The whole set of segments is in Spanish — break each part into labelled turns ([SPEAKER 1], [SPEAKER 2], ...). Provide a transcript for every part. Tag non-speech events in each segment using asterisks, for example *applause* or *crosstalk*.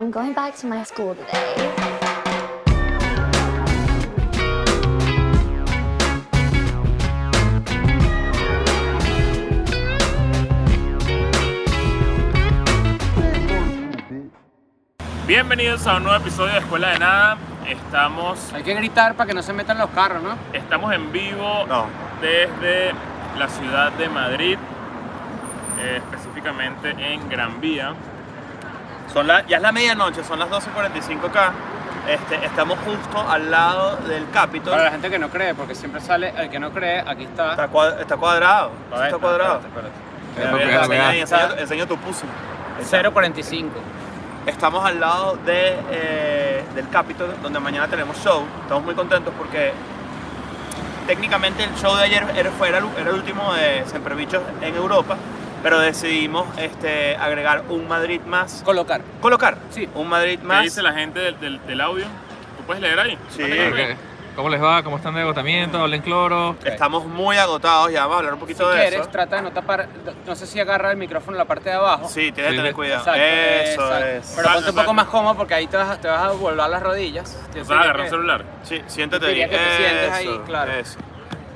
[SPEAKER 1] I'm going back to my school today.
[SPEAKER 2] Bienvenidos a un nuevo episodio de Escuela de Nada. Estamos,
[SPEAKER 3] Hay que gritar para que no se metan los carros, ¿no?
[SPEAKER 2] estamos en vivo
[SPEAKER 4] No.
[SPEAKER 2] desde la ciudad de Madrid, eh, específicamente en Gran Vía.
[SPEAKER 4] Son la- ya es la medianoche, son las 12.45 acá. Este, estamos justo al lado del Capitol.
[SPEAKER 3] Para la gente que no cree, porque siempre sale el que no cree, aquí está.
[SPEAKER 4] Está, cua- está cuadrado. Sí
[SPEAKER 2] A ver,
[SPEAKER 4] está cuadrado.
[SPEAKER 2] espérate,
[SPEAKER 4] Mira,
[SPEAKER 3] Espérate,
[SPEAKER 4] mira,
[SPEAKER 3] espérate,
[SPEAKER 4] enseña, ahí,
[SPEAKER 3] espérate.
[SPEAKER 4] enseña tu- enseña tu pussy.
[SPEAKER 3] 0.45.
[SPEAKER 4] Estamos al lado de, eh, del Capitol, donde mañana tenemos show. Estamos muy contentos porque técnicamente el show de ayer era, fue, era, el- era el último de Semprevichos en Europa, pero decidimos este, agregar un Madrid más.
[SPEAKER 3] Colocar.
[SPEAKER 4] Colocar
[SPEAKER 3] Sí.
[SPEAKER 4] un Madrid
[SPEAKER 2] espérate.
[SPEAKER 4] más.
[SPEAKER 2] ¿Qué dice la gente del, del- del audio? ¿Tú puedes leer ahí?
[SPEAKER 4] Sí.
[SPEAKER 2] Mándame
[SPEAKER 5] Ok. ¿Cómo les va? ¿Cómo están de agotamiento? Hablen cloro.
[SPEAKER 4] Estamos muy agotados, ya vamos a hablar un
[SPEAKER 3] Si
[SPEAKER 4] poquito de
[SPEAKER 3] quieres,
[SPEAKER 4] eso.
[SPEAKER 3] trata de no tapar. No sé si agarra el micrófono en la parte de abajo.
[SPEAKER 4] Sí, tienes que
[SPEAKER 5] Sí,
[SPEAKER 4] tener
[SPEAKER 5] sí.
[SPEAKER 4] cuidado.
[SPEAKER 3] Exacto,
[SPEAKER 4] eso
[SPEAKER 3] exacto.
[SPEAKER 4] es.
[SPEAKER 3] Pero ponte un
[SPEAKER 2] Exacto.
[SPEAKER 3] poco más cómodo porque ahí te vas, te vas a volver las rodillas. Yo
[SPEAKER 2] O
[SPEAKER 3] sé
[SPEAKER 2] sea,
[SPEAKER 3] que-
[SPEAKER 2] agarra un celular.
[SPEAKER 4] Sí, siéntate
[SPEAKER 3] Yo
[SPEAKER 4] ahí.
[SPEAKER 3] diría que te sientes ahí,
[SPEAKER 4] Eso,
[SPEAKER 3] claro.
[SPEAKER 4] eso.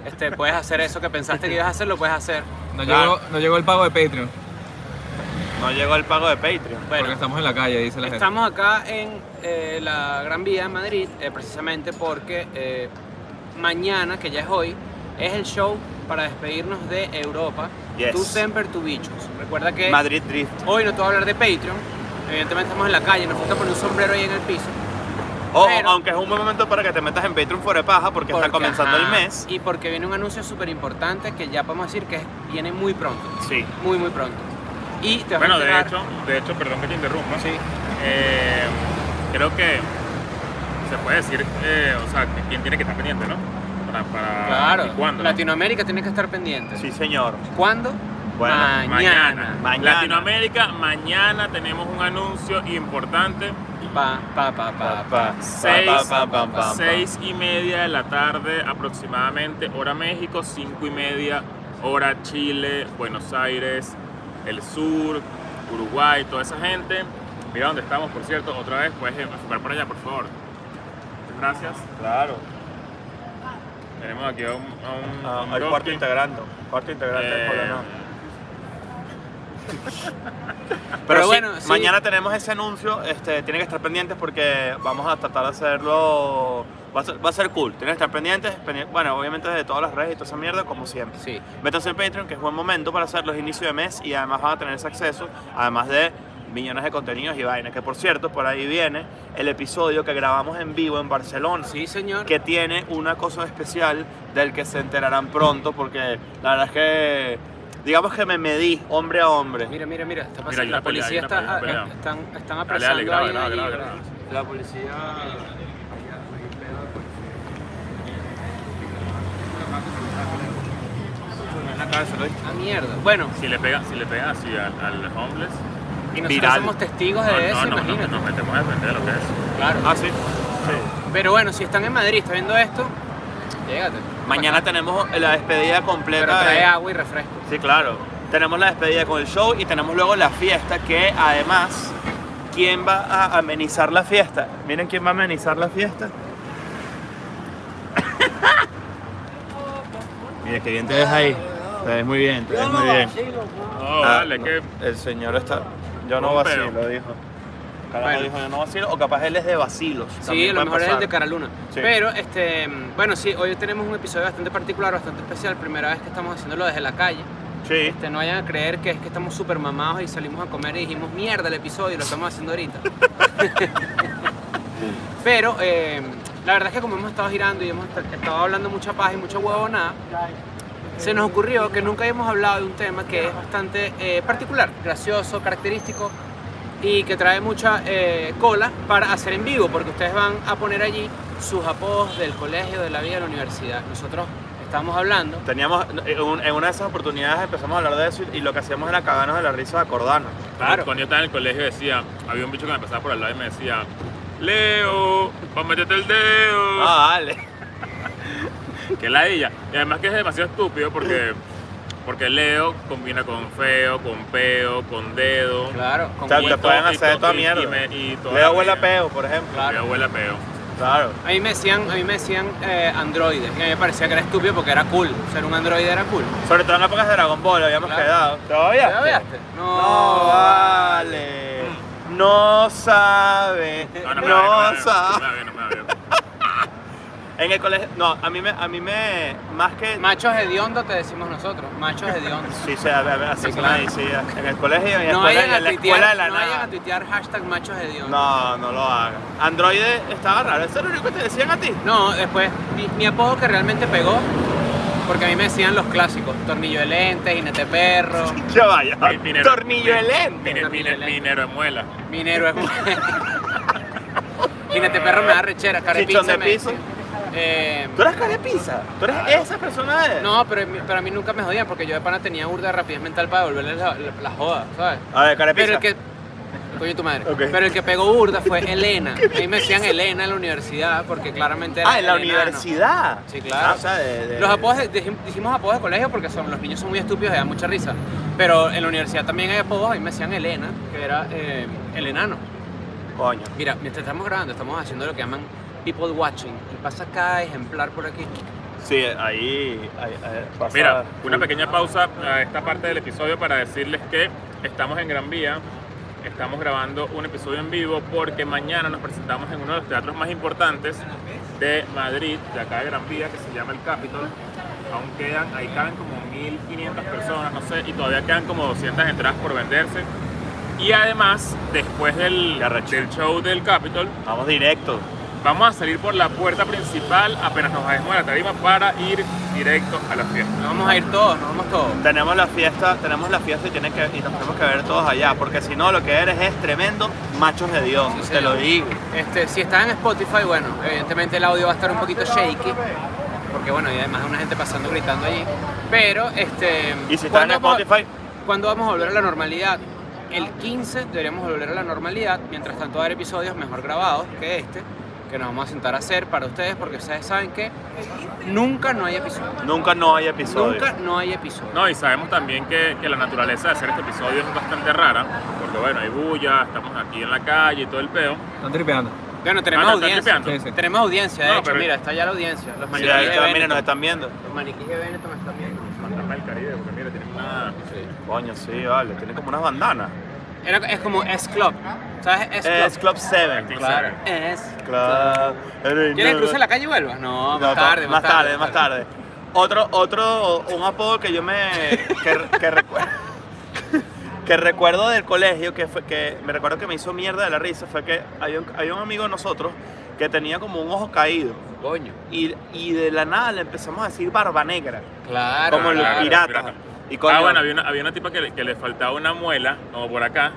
[SPEAKER 3] Este, puedes hacer eso que pensaste que ibas a hacer, lo puedes hacer.
[SPEAKER 5] No,
[SPEAKER 4] Claro.
[SPEAKER 5] llegó, no llegó el pago de Patreon.
[SPEAKER 4] No llegó el pago de Patreon.
[SPEAKER 5] porque
[SPEAKER 3] Bueno,
[SPEAKER 5] estamos en la calle, dice la gente.
[SPEAKER 3] estamos acá en eh, la Gran Vía de Madrid, eh, precisamente porque eh, mañana, que ya es hoy, es el show para despedirnos de Europa.
[SPEAKER 4] Yes.
[SPEAKER 3] Tú, Semper, tu bichos. Recuerda que
[SPEAKER 4] Madrid Drift.
[SPEAKER 3] hoy no te voy a hablar de Patreon. Evidentemente estamos en la calle, nos gusta poner un sombrero ahí en el piso.
[SPEAKER 4] Ojo,
[SPEAKER 3] Pero-
[SPEAKER 4] aunque es un buen momento para que te metas en Patreon fuera de paja porque,
[SPEAKER 3] Porque,
[SPEAKER 4] está comenzando el
[SPEAKER 3] ajá,
[SPEAKER 4] mes.
[SPEAKER 3] Y porque viene un anuncio súper importante que ya podemos decir que viene muy pronto.
[SPEAKER 4] Sí.
[SPEAKER 3] Muy, muy pronto. Y te vas
[SPEAKER 2] Bueno,
[SPEAKER 3] a
[SPEAKER 2] de
[SPEAKER 3] enterar-
[SPEAKER 2] hecho, de hecho, perdón que te interrumpa.
[SPEAKER 3] Sí.
[SPEAKER 2] Eh, creo que se puede decir, eh, o sea, que quién tiene que estar pendiente, ¿no? Para, para
[SPEAKER 3] Claro,
[SPEAKER 2] ah, ¿y cuándo, no?
[SPEAKER 3] Latinoamérica tiene que estar pendiente.
[SPEAKER 4] Sí, señor.
[SPEAKER 3] ¿Cuándo?
[SPEAKER 4] Bueno,
[SPEAKER 2] Mañana.
[SPEAKER 4] Mañana.
[SPEAKER 2] Latinoamérica, mañana tenemos un anuncio importante.
[SPEAKER 3] Pa, pa, pa, pa, pa.
[SPEAKER 2] Seis,
[SPEAKER 4] pa, pa, pa, pa.
[SPEAKER 2] seis y media de la tarde aproximadamente, hora México, cinco y media, hora Chile, Buenos Aires, el sur, Uruguay, toda esa gente. Mira dónde estamos, por cierto, otra vez, puedes enfocar por allá, por favor. Muchas gracias.
[SPEAKER 4] Claro.
[SPEAKER 2] Tenemos aquí a un, a un-
[SPEAKER 4] Ah,
[SPEAKER 2] un
[SPEAKER 4] el cuarto
[SPEAKER 2] Donkey.
[SPEAKER 4] integrante. Cuarto integrante del
[SPEAKER 2] Eh,
[SPEAKER 3] *laughs*
[SPEAKER 4] programa. Pero,
[SPEAKER 3] Pero bueno,
[SPEAKER 4] bueno,
[SPEAKER 3] sí.
[SPEAKER 4] mañana tenemos ese anuncio, este, tienen que estar pendientes porque vamos a tratar de hacerlo, va a ser, va a ser cool, tienen que estar pendientes, pendi- bueno, obviamente de todas las redes y toda esa mierda, como siempre.
[SPEAKER 3] Sí.
[SPEAKER 4] Métanse en Patreon, que es buen momento para hacer los inicios de mes y además van a tener ese acceso, además de millones de contenidos y vainas, que por cierto, por ahí viene el episodio que grabamos en vivo en Barcelona
[SPEAKER 3] Sí, señor.
[SPEAKER 4] que tiene una cosa especial del que se enterarán pronto, porque la verdad es que, digamos que me medí hombre a hombre.
[SPEAKER 3] Mira, mira, mira. Está
[SPEAKER 2] Mira,
[SPEAKER 3] pasando.
[SPEAKER 2] hay
[SPEAKER 3] la
[SPEAKER 2] una pelea,
[SPEAKER 3] policía
[SPEAKER 2] hay una
[SPEAKER 3] está,
[SPEAKER 2] pelea, hay una pelea.
[SPEAKER 3] están, están
[SPEAKER 2] Dale,
[SPEAKER 3] apresando
[SPEAKER 2] dale, graba,
[SPEAKER 3] a
[SPEAKER 2] graba,
[SPEAKER 3] alguien
[SPEAKER 2] graba,
[SPEAKER 3] ahí,
[SPEAKER 2] graba.
[SPEAKER 4] La policía...
[SPEAKER 3] Ah, mierda. Bueno,
[SPEAKER 2] Si le pega, si le pega así al, al homeless,
[SPEAKER 3] y nosotros
[SPEAKER 4] Viral.
[SPEAKER 3] somos testigos de
[SPEAKER 2] no,
[SPEAKER 3] eso,
[SPEAKER 2] no, no,
[SPEAKER 3] imagínate.
[SPEAKER 2] nos metemos a defender lo que es.
[SPEAKER 3] Claro.
[SPEAKER 4] Ah, sí.
[SPEAKER 3] Pero bueno, si están en Madrid, está viendo esto, llégate.
[SPEAKER 4] Mañana tenemos la despedida
[SPEAKER 3] Pero
[SPEAKER 4] completa.
[SPEAKER 3] trae
[SPEAKER 4] de-
[SPEAKER 3] agua y refresco.
[SPEAKER 4] Sí, claro. Tenemos la despedida con el show y tenemos luego la fiesta que además, ¿quién va a amenizar la fiesta? Miren quién va a amenizar la fiesta. *laughs* Mira, qué bien te ves ahí. Te ves muy bien, te ves muy bien.
[SPEAKER 2] No,
[SPEAKER 4] Ah,
[SPEAKER 2] vale,
[SPEAKER 4] no.
[SPEAKER 2] que
[SPEAKER 4] El señor está... Yo no
[SPEAKER 2] Un pedo.
[SPEAKER 4] vacilo, dijo. Carajo,
[SPEAKER 3] Bueno.
[SPEAKER 4] dijo yo no vacilo. O capaz él es de vacilos.
[SPEAKER 3] Sí,
[SPEAKER 4] también
[SPEAKER 3] a lo
[SPEAKER 4] puede
[SPEAKER 3] mejor es el
[SPEAKER 4] pasar.
[SPEAKER 3] de Cara Luna.
[SPEAKER 4] Sí.
[SPEAKER 3] Pero, este, bueno, sí, hoy tenemos un episodio bastante particular, bastante especial. Primera vez que estamos haciéndolo desde la calle.
[SPEAKER 4] Sí.
[SPEAKER 3] Este, no vayan a creer que es que estamos súper mamados y salimos a comer y dijimos mierda el episodio y lo estamos haciendo ahorita. Pero eh, la verdad es que como hemos estado girando y hemos est- estado hablando mucha paz y mucha huevonada, se nos ocurrió que nunca habíamos hablado de un tema que es bastante eh, particular, gracioso, característico y que trae mucha eh, cola para hacer en vivo, porque ustedes van a poner allí sus apodos del colegio, de la vida, de la universidad. Nosotros estábamos hablando
[SPEAKER 4] Teníamos, en un- en una de esas oportunidades empezamos a hablar de eso y- y lo que hacíamos era cagarnos de la risa de acordarnos.
[SPEAKER 3] Claro.
[SPEAKER 2] cuando yo estaba en el colegio decía, había un bicho que me pasaba por al lado y me decía, Leo, pa' meterte el dedo.
[SPEAKER 4] Ah, vale.
[SPEAKER 2] Que ladilla. Y además que es demasiado estúpido porque Porque Leo combina con feo, con peo, con dedo.
[SPEAKER 3] Claro, con
[SPEAKER 4] Exacto.
[SPEAKER 3] gusto.
[SPEAKER 4] Te pueden hacer
[SPEAKER 2] to-
[SPEAKER 4] toda
[SPEAKER 2] y-
[SPEAKER 4] mierda.
[SPEAKER 2] y me- y toda la
[SPEAKER 4] Leo huele a
[SPEAKER 2] mierda.
[SPEAKER 4] peo, por ejemplo.
[SPEAKER 3] Claro.
[SPEAKER 2] Leo huele a peo.
[SPEAKER 4] Claro.
[SPEAKER 3] A mí me decían, a mí me decían eh, androide, que a mí me parecía que era estúpido porque era cool. Ser un androide era cool.
[SPEAKER 4] Sobre todo en las épocas de Dragon Ball, habíamos
[SPEAKER 3] Claro.
[SPEAKER 4] quedado. ¿Todavía?
[SPEAKER 3] ¿Ya veaste?
[SPEAKER 4] No vale. No sabe.
[SPEAKER 2] No,
[SPEAKER 4] No,
[SPEAKER 2] Mm. no me va a ver,
[SPEAKER 4] sabe.
[SPEAKER 2] no me va a ver, no me va a ver.
[SPEAKER 4] En el colegio. No, a mí me. A mí me más que.
[SPEAKER 3] Machos hediondos te decimos nosotros. Machos hediondos.
[SPEAKER 4] Sí, se, a- a- así
[SPEAKER 3] Sí,
[SPEAKER 4] se
[SPEAKER 3] claro.
[SPEAKER 4] me decía. En el colegio y *laughs* en,
[SPEAKER 3] No
[SPEAKER 4] la escuela,
[SPEAKER 3] vayan
[SPEAKER 4] y
[SPEAKER 3] a
[SPEAKER 4] en la escuela de
[SPEAKER 3] tuitear,
[SPEAKER 4] la
[SPEAKER 3] no vayan
[SPEAKER 4] nada.
[SPEAKER 3] a tuitear hashtag machos hediondos.
[SPEAKER 4] No, no lo hagan. Androide estaba raro. ¿Eso es lo único que te decían a ti? *laughs*
[SPEAKER 3] No, después, mi, mi apodo que realmente pegó, porque a mí me decían los clásicos, tornillo de lentes, jinete perro,
[SPEAKER 4] Ya vaya.
[SPEAKER 2] Mi- minero-
[SPEAKER 4] Tornillo de
[SPEAKER 2] mi-
[SPEAKER 4] lente.
[SPEAKER 2] mine-
[SPEAKER 3] Tornillo de
[SPEAKER 2] mine-
[SPEAKER 3] lente.
[SPEAKER 2] Minero de muela.
[SPEAKER 3] minero es *laughs* Jinete perro me da rechera,
[SPEAKER 4] Chichón de
[SPEAKER 3] carepizza me
[SPEAKER 4] piso.
[SPEAKER 3] decían. Eh,
[SPEAKER 4] ¿Tú eres cara de pizza? ¿Tú eres esa persona de.?
[SPEAKER 3] no, pero, mi- pero a mí nunca me jodían porque yo de pana tenía burda de rapidez mental para devolverle la, la- la joda, ¿sabes?
[SPEAKER 4] A ver, cara de
[SPEAKER 3] Pero
[SPEAKER 4] pizza.
[SPEAKER 3] el que. Coño tu madre.
[SPEAKER 4] Ok.
[SPEAKER 3] Pero el que pegó burda fue Elena. A mí me decían Elena en la universidad porque claramente era
[SPEAKER 4] Ah, en la
[SPEAKER 3] el enano.
[SPEAKER 4] universidad.
[SPEAKER 3] Sí, claro.
[SPEAKER 4] Ah, o sea, de, de-
[SPEAKER 3] Los apodos, de- dijim- dijimos apodos de colegio porque son, los niños son muy estúpidos y dan mucha risa. Pero en la universidad también hay apodos, a mí me decían Elena, que era eh, el enano.
[SPEAKER 4] Coño.
[SPEAKER 3] Mira, mientras estamos grabando, estamos haciendo lo que llaman people watching. Y pasa cada ejemplar por aquí.
[SPEAKER 4] Sí, ahí. ahí- ahí pasa-
[SPEAKER 2] Mira, una pequeña pausa a esta parte del episodio para decirles que estamos en Gran Vía, estamos grabando un episodio en vivo porque mañana nos presentamos en uno de los teatros más importantes de Madrid, de acá de Gran Vía, que se llama el Capitol. Aún quedan, ahí caben como 1.500 personas, no sé, y todavía quedan como 200 entradas por venderse. Y además, después del,
[SPEAKER 4] Qué arrecho.
[SPEAKER 2] del show del Capitol,
[SPEAKER 4] Vamos directo.
[SPEAKER 2] vamos a salir por la puerta principal apenas nos bajemos de la tarima para ir directo a la fiesta.
[SPEAKER 3] Nos vamos a ir todos, nos vamos todos.
[SPEAKER 4] Tenemos la fiesta, tenemos la fiesta y, tienes que, y nos tenemos que ver todos allá, porque si no, lo que eres es tremendo machos de Dios.
[SPEAKER 3] Sí,
[SPEAKER 4] te lo
[SPEAKER 3] señor.
[SPEAKER 4] digo.
[SPEAKER 3] Este, si está en Spotify, bueno, evidentemente el audio va a estar un poquito shaky. Porque bueno, y además hay una gente pasando gritando allí. Pero, este...
[SPEAKER 4] Y si estás en
[SPEAKER 3] ¿cuándo vamos a-
[SPEAKER 4] Spotify,
[SPEAKER 3] ¿Cuándo vamos a volver a la normalidad? El 15 deberíamos volver a la normalidad, mientras tanto va a haber episodios mejor grabados que este, que nos vamos a sentar a hacer para ustedes, porque ustedes saben que nunca no hay episodio.
[SPEAKER 4] nunca no hay episodio.
[SPEAKER 3] Nunca no hay episodio.
[SPEAKER 2] No, y sabemos también que, que la naturaleza de hacer este episodio es bastante rara, porque bueno, hay bulla, estamos aquí en la calle y todo el peo.
[SPEAKER 5] Están tripeando.
[SPEAKER 3] Bueno,
[SPEAKER 4] Ah,
[SPEAKER 3] tenemos
[SPEAKER 2] no, están
[SPEAKER 3] audiencia.
[SPEAKER 2] tripeando.
[SPEAKER 5] Sí, sí.
[SPEAKER 3] Tenemos audiencia, de
[SPEAKER 2] No,
[SPEAKER 3] hecho,
[SPEAKER 2] pero-
[SPEAKER 3] mira, está ya la audiencia.
[SPEAKER 4] Mira,
[SPEAKER 3] Los maniquíes
[SPEAKER 4] ahí
[SPEAKER 3] de
[SPEAKER 4] está, miren,
[SPEAKER 3] Benetton.
[SPEAKER 4] nos están viendo.
[SPEAKER 3] Los maniquíes de Benetton me están viendo.
[SPEAKER 2] Fantasma del Caribe, porque mira, tiene una... Ah,
[SPEAKER 4] Coño, sí, vale. Tiene como unas bandanas.
[SPEAKER 3] Era, es como S Club. ¿Sabes?
[SPEAKER 4] Es
[SPEAKER 3] S
[SPEAKER 4] Club
[SPEAKER 3] Club.
[SPEAKER 4] 7.
[SPEAKER 3] Claro. S.
[SPEAKER 4] Claro.
[SPEAKER 3] ¿Quieres cruzar la calle y vuelvas? No, más
[SPEAKER 4] No,
[SPEAKER 3] tarde,
[SPEAKER 4] Más tarde, más tarde. Otro, otro, un apodo que yo me. que, que recuerdo. *laughs* Que recuerdo del colegio, que fue que me recuerdo que me hizo mierda de la risa, fue que había un, había un amigo de nosotros que tenía como un ojo caído
[SPEAKER 3] Coño.
[SPEAKER 4] y, y de la nada le empezamos a decir barba negra,
[SPEAKER 3] Claro.
[SPEAKER 4] como los
[SPEAKER 2] claro,
[SPEAKER 4] piratas.
[SPEAKER 2] claro.
[SPEAKER 4] Y coño,
[SPEAKER 2] Ah, bueno, había una, había una tipa que, le- que le faltaba una muela, como por acá,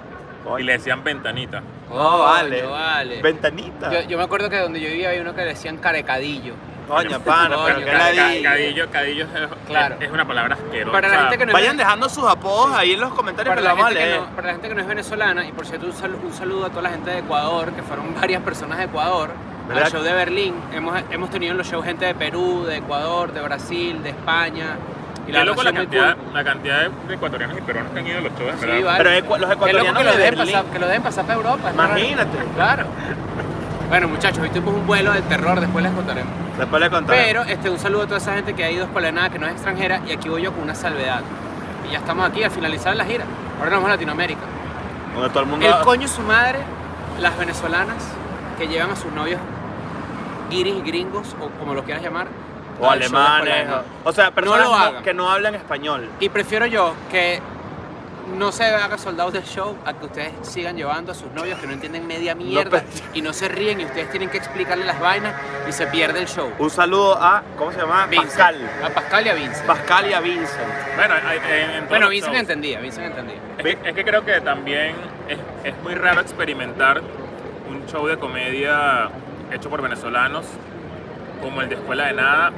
[SPEAKER 4] coño,
[SPEAKER 2] y le decían ventanita.
[SPEAKER 4] no, vale.
[SPEAKER 3] Coño, vale.
[SPEAKER 4] Ventanita.
[SPEAKER 3] Yo, yo me acuerdo que donde yo vivía había uno que le decían carecadillo.
[SPEAKER 4] coño, pana,
[SPEAKER 3] Coño,
[SPEAKER 4] pero qué
[SPEAKER 3] ca-
[SPEAKER 2] Ca- ca-
[SPEAKER 4] ladilla.
[SPEAKER 2] Cadillo, cadillo es,
[SPEAKER 3] Claro.
[SPEAKER 2] es una palabra asquerosa.
[SPEAKER 3] Para la gente que no
[SPEAKER 4] Vayan
[SPEAKER 3] es,
[SPEAKER 4] dejando sus apodos ahí en eh. los comentarios,
[SPEAKER 3] para
[SPEAKER 4] pero
[SPEAKER 3] la
[SPEAKER 4] vamos a
[SPEAKER 3] gente que
[SPEAKER 4] leer.
[SPEAKER 3] no, para la gente que no es venezolana, y por cierto un sal- un saludo, a toda la gente de Ecuador, que fueron *laughs* varias personas de Ecuador,
[SPEAKER 4] ¿Verdad?
[SPEAKER 3] al show de Berlín. Hemos, hemos tenido en los shows gente de Perú, de Ecuador, de Brasil, de España. Y
[SPEAKER 2] Qué loco la
[SPEAKER 3] verdad, sí,
[SPEAKER 2] cantidad,
[SPEAKER 3] muy cool.
[SPEAKER 2] la cantidad de- de ecuatorianos y peruanos que han ido a los shows, en
[SPEAKER 3] Sí,
[SPEAKER 2] ¿verdad?
[SPEAKER 3] vale.
[SPEAKER 4] Pero ecu- los
[SPEAKER 3] Qué loco
[SPEAKER 4] ecuatorianos
[SPEAKER 3] que lo,
[SPEAKER 4] de
[SPEAKER 3] dejen
[SPEAKER 4] Berlín.
[SPEAKER 3] pasar, que lo dejen pasar para Europa. es raro.
[SPEAKER 4] Imagínate.
[SPEAKER 3] Claro. Bueno, muchachos, hoy tuvimos un vuelo de terror, después les contaremos.
[SPEAKER 4] Después le contaré.
[SPEAKER 3] Pero este, un saludo a toda esa gente que ha ido a Escuela de Nada, que no es extranjera, y aquí voy yo con una salvedad. Y ya estamos aquí al finalizar la gira. Ahora nos vamos a Latinoamérica.
[SPEAKER 4] Donde todo el mundo.
[SPEAKER 3] El coño su madre, las venezolanas que llevan a sus novios guiris, gringos, o como lo quieras llamar,
[SPEAKER 4] o
[SPEAKER 3] al show de Escuela de
[SPEAKER 4] alemanes.
[SPEAKER 3] Nada.
[SPEAKER 4] O, o sea, personas
[SPEAKER 3] lo
[SPEAKER 4] no-
[SPEAKER 3] hagan.
[SPEAKER 4] que no hablan español.
[SPEAKER 3] Y prefiero yo que no se haga soldados del show a que ustedes sigan llevando a sus novios que no entienden media mierda
[SPEAKER 4] pe-
[SPEAKER 3] y no se ríen y ustedes tienen que explicarle las vainas y se pierde el show.
[SPEAKER 4] Un saludo a. ¿Cómo se llama?
[SPEAKER 3] Vincent.
[SPEAKER 4] Pascal.
[SPEAKER 3] A Pascal y a Vincent.
[SPEAKER 4] Pascal y a Vincent.
[SPEAKER 2] Bueno, hay- en- en todos
[SPEAKER 3] Bueno,
[SPEAKER 2] los
[SPEAKER 3] Vincent
[SPEAKER 2] shows.
[SPEAKER 3] entendía, Vincent entendía.
[SPEAKER 2] Es que, es que creo que también es, es muy raro experimentar un show de comedia hecho por venezolanos como el de Escuela de Nada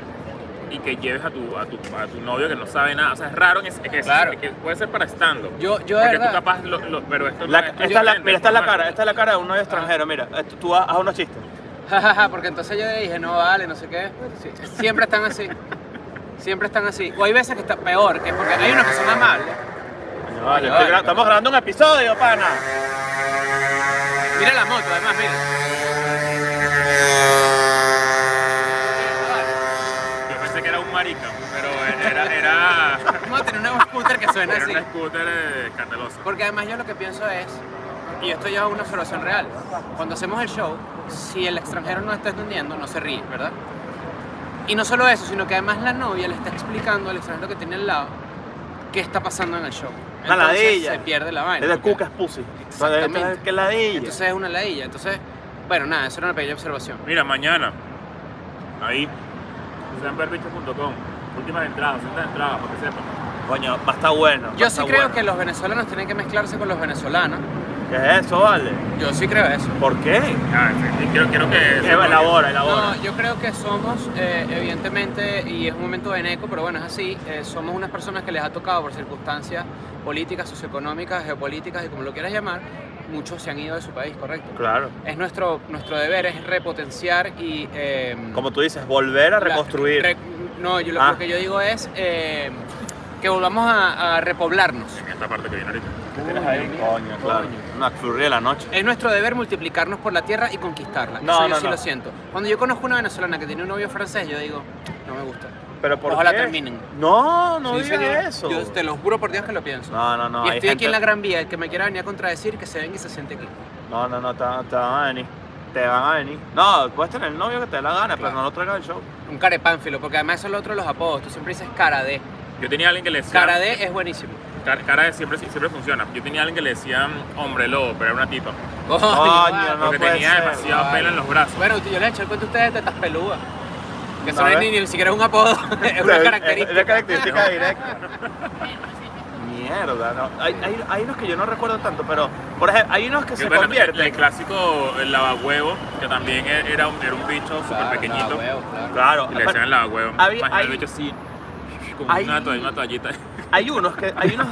[SPEAKER 2] y que lleves a tu, a tu, a tu novio que no sabe nada. O sea, es raro que, que-
[SPEAKER 3] Claro.
[SPEAKER 2] que puede ser para estando.
[SPEAKER 3] Yo, yo de
[SPEAKER 2] porque tú
[SPEAKER 3] verdad.
[SPEAKER 2] capaz lo, lo- pero esto no
[SPEAKER 4] La-
[SPEAKER 2] es-
[SPEAKER 4] esta
[SPEAKER 2] es
[SPEAKER 4] es la-
[SPEAKER 2] diferente,
[SPEAKER 4] mira, esta es la
[SPEAKER 2] normal.
[SPEAKER 4] cara. Esta es la cara de uno
[SPEAKER 3] Ah.
[SPEAKER 4] de extranjero. Mira, esto- tú haz, haz unos chistes.
[SPEAKER 3] Jajaja, porque entonces yo dije, no vale, no sé qué. Sí, Siempre están así. Siempre están así. O hay veces que está peor, que porque hay unos que son amables.
[SPEAKER 4] Coño, vale,
[SPEAKER 3] Vale, vale,
[SPEAKER 4] estoy gra-
[SPEAKER 3] vale.
[SPEAKER 4] Estamos grabando un episodio, pana.
[SPEAKER 3] Mira la moto, además, mira.
[SPEAKER 2] Yo pensé que era un marica, pero era, era,
[SPEAKER 3] Vamos a tener un scooter que *laughs* suena
[SPEAKER 2] era
[SPEAKER 3] así.
[SPEAKER 2] un scooter eh, escandaloso.
[SPEAKER 3] Porque además yo lo que pienso es, y esto ya es una observación real, cuando hacemos el show, si el extranjero no está entendiendo, no se ríe, ¿verdad? Y no solo eso, sino que además la novia le está explicando al extranjero que tiene al lado qué está pasando en el show.
[SPEAKER 4] Una
[SPEAKER 3] Entonces,
[SPEAKER 4] ladilla.
[SPEAKER 3] Se pierde la vaina.
[SPEAKER 4] Es de
[SPEAKER 3] porque-
[SPEAKER 4] cucas pussy.
[SPEAKER 3] Exactamente.
[SPEAKER 4] Vale, Que ladilla.
[SPEAKER 3] Entonces es una ladilla. Entonces, bueno, nada, eso era una pequeña observación.
[SPEAKER 2] Mira, mañana, ahí, sanperbicho.com, últimas entradas, últimas entradas, para que sepan.
[SPEAKER 4] Coño, va a estar bueno. va a
[SPEAKER 3] Yo sí
[SPEAKER 4] estar
[SPEAKER 3] creo
[SPEAKER 4] bueno.
[SPEAKER 3] que los venezolanos tienen que mezclarse con los venezolanos.
[SPEAKER 4] ¿Qué es eso, vale?
[SPEAKER 3] Yo sí creo eso.
[SPEAKER 4] ¿Por qué?
[SPEAKER 2] Ya, Ah, sí, sí, quiero, quiero que...
[SPEAKER 4] Eva, elabora, elabora.
[SPEAKER 3] No, yo creo que somos, eh, evidentemente, y es un momento beneco, pero bueno, es así, eh, somos unas personas que les ha tocado por circunstancias políticas, socioeconómicas, geopolíticas y como lo quieras llamar, muchos se han ido de su país, correcto.
[SPEAKER 4] Claro.
[SPEAKER 3] Es nuestro, nuestro deber, es repotenciar y... eh,
[SPEAKER 4] Como tú dices, volver a
[SPEAKER 3] la-
[SPEAKER 4] reconstruir.
[SPEAKER 3] re- no, yo lo,
[SPEAKER 4] Ah.
[SPEAKER 3] lo que yo digo es eh, que volvamos a, a repoblarnos.
[SPEAKER 2] En esta parte que viene ahorita.
[SPEAKER 4] ¿Qué tienes ahí?
[SPEAKER 3] Coño,
[SPEAKER 4] Coño, claro.
[SPEAKER 3] coño.
[SPEAKER 4] McFlurry de la noche.
[SPEAKER 3] Es nuestro deber multiplicarnos por la tierra y conquistarla.
[SPEAKER 4] No,
[SPEAKER 3] Eso yo
[SPEAKER 4] no,
[SPEAKER 3] sí
[SPEAKER 4] no.
[SPEAKER 3] lo siento. Cuando yo conozco una venezolana que tiene un novio francés, yo digo, no me gusta.
[SPEAKER 4] Pero por
[SPEAKER 3] Ojalá
[SPEAKER 4] qué?
[SPEAKER 3] terminen.
[SPEAKER 4] No, no
[SPEAKER 3] Sí,
[SPEAKER 4] digas
[SPEAKER 3] señor.
[SPEAKER 4] eso.
[SPEAKER 3] Yo te lo juro por Dios que lo pienso.
[SPEAKER 4] No, no, no.
[SPEAKER 3] y
[SPEAKER 4] hay
[SPEAKER 3] estoy aquí
[SPEAKER 4] gente-
[SPEAKER 3] en la Gran Vía, el que me quiera venir a contradecir, que se venga y se siente aquí.
[SPEAKER 4] No, no, no, te, te van a venir. Te van a venir. No, puedes tener el novio que te dé la gana, pero
[SPEAKER 3] Claro.
[SPEAKER 4] no lo traigas al show.
[SPEAKER 3] Un carepánfilo, porque además eso es lo otro de los apodos. Tú siempre dices cara de.
[SPEAKER 2] Yo tenía alguien que le decía...
[SPEAKER 3] Cara de es buenísimo.
[SPEAKER 2] Car- cara de siempre, siempre funciona. Yo tenía alguien que le decían hombre lobo, pero era una tipa.
[SPEAKER 4] Coño, no.
[SPEAKER 2] Porque
[SPEAKER 4] puede
[SPEAKER 2] tenía
[SPEAKER 4] ser,
[SPEAKER 2] demasiado
[SPEAKER 3] vale.
[SPEAKER 2] pelo en los brazos.
[SPEAKER 3] Bueno, yo le he hecho el cuento a ustedes de tetas pelúas. Que eso
[SPEAKER 4] A
[SPEAKER 3] no es
[SPEAKER 4] ver.
[SPEAKER 3] ni, ni siquiera un apodo, *laughs* es una
[SPEAKER 4] Es
[SPEAKER 3] característica.
[SPEAKER 4] una característica directa. Mierda, no. Hay, hay, hay unos que yo no recuerdo tanto, pero por ejemplo, hay unos que
[SPEAKER 2] Que
[SPEAKER 4] se
[SPEAKER 2] bueno,
[SPEAKER 4] convierten.
[SPEAKER 2] El clásico el lavahuevo, que también e- era un, era un bicho súper pequeñito.
[SPEAKER 4] Claro,
[SPEAKER 2] y le decían el lavahuevo.
[SPEAKER 4] Había-
[SPEAKER 2] Imagina el
[SPEAKER 4] hay-
[SPEAKER 2] bicho así, con
[SPEAKER 4] hay-
[SPEAKER 2] una, toalla, una toallita.
[SPEAKER 4] hay unos que. Hay unos.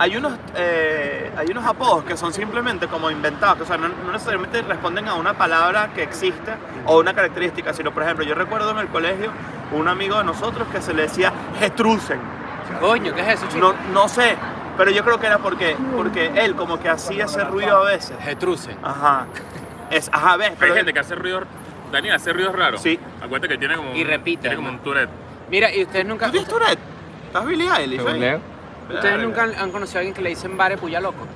[SPEAKER 4] Hay unos, eh, hay unos apodos que son simplemente como inventados, que, o sea, no, no necesariamente responden a una palabra que existe o una característica, sino, por ejemplo, yo recuerdo en el colegio un amigo de nosotros que se le decía Getrusen.
[SPEAKER 3] Coño, ¿qué es eso, chico?
[SPEAKER 4] No, no sé, pero yo creo que era porque, porque él como que hacía ese ruido a veces.
[SPEAKER 3] Getruce.
[SPEAKER 4] Ajá. Es, ajá, ves,
[SPEAKER 2] *laughs* Hay
[SPEAKER 4] pero...
[SPEAKER 2] gente que hace ruidos. Daniel hace ruidos raros.
[SPEAKER 4] Sí.
[SPEAKER 2] Acuérdate que tiene como un,
[SPEAKER 3] Y repite,
[SPEAKER 2] tiene como
[SPEAKER 3] ¿no?
[SPEAKER 2] un Tourette.
[SPEAKER 3] Mira, y ustedes nunca.
[SPEAKER 4] ¿Tú tienes Tourette? ¿Estás Billie Eilish?
[SPEAKER 5] Según
[SPEAKER 4] ahí?
[SPEAKER 5] Leo.
[SPEAKER 3] Ustedes nunca han, han conocido a alguien que le dicen bare puya loco.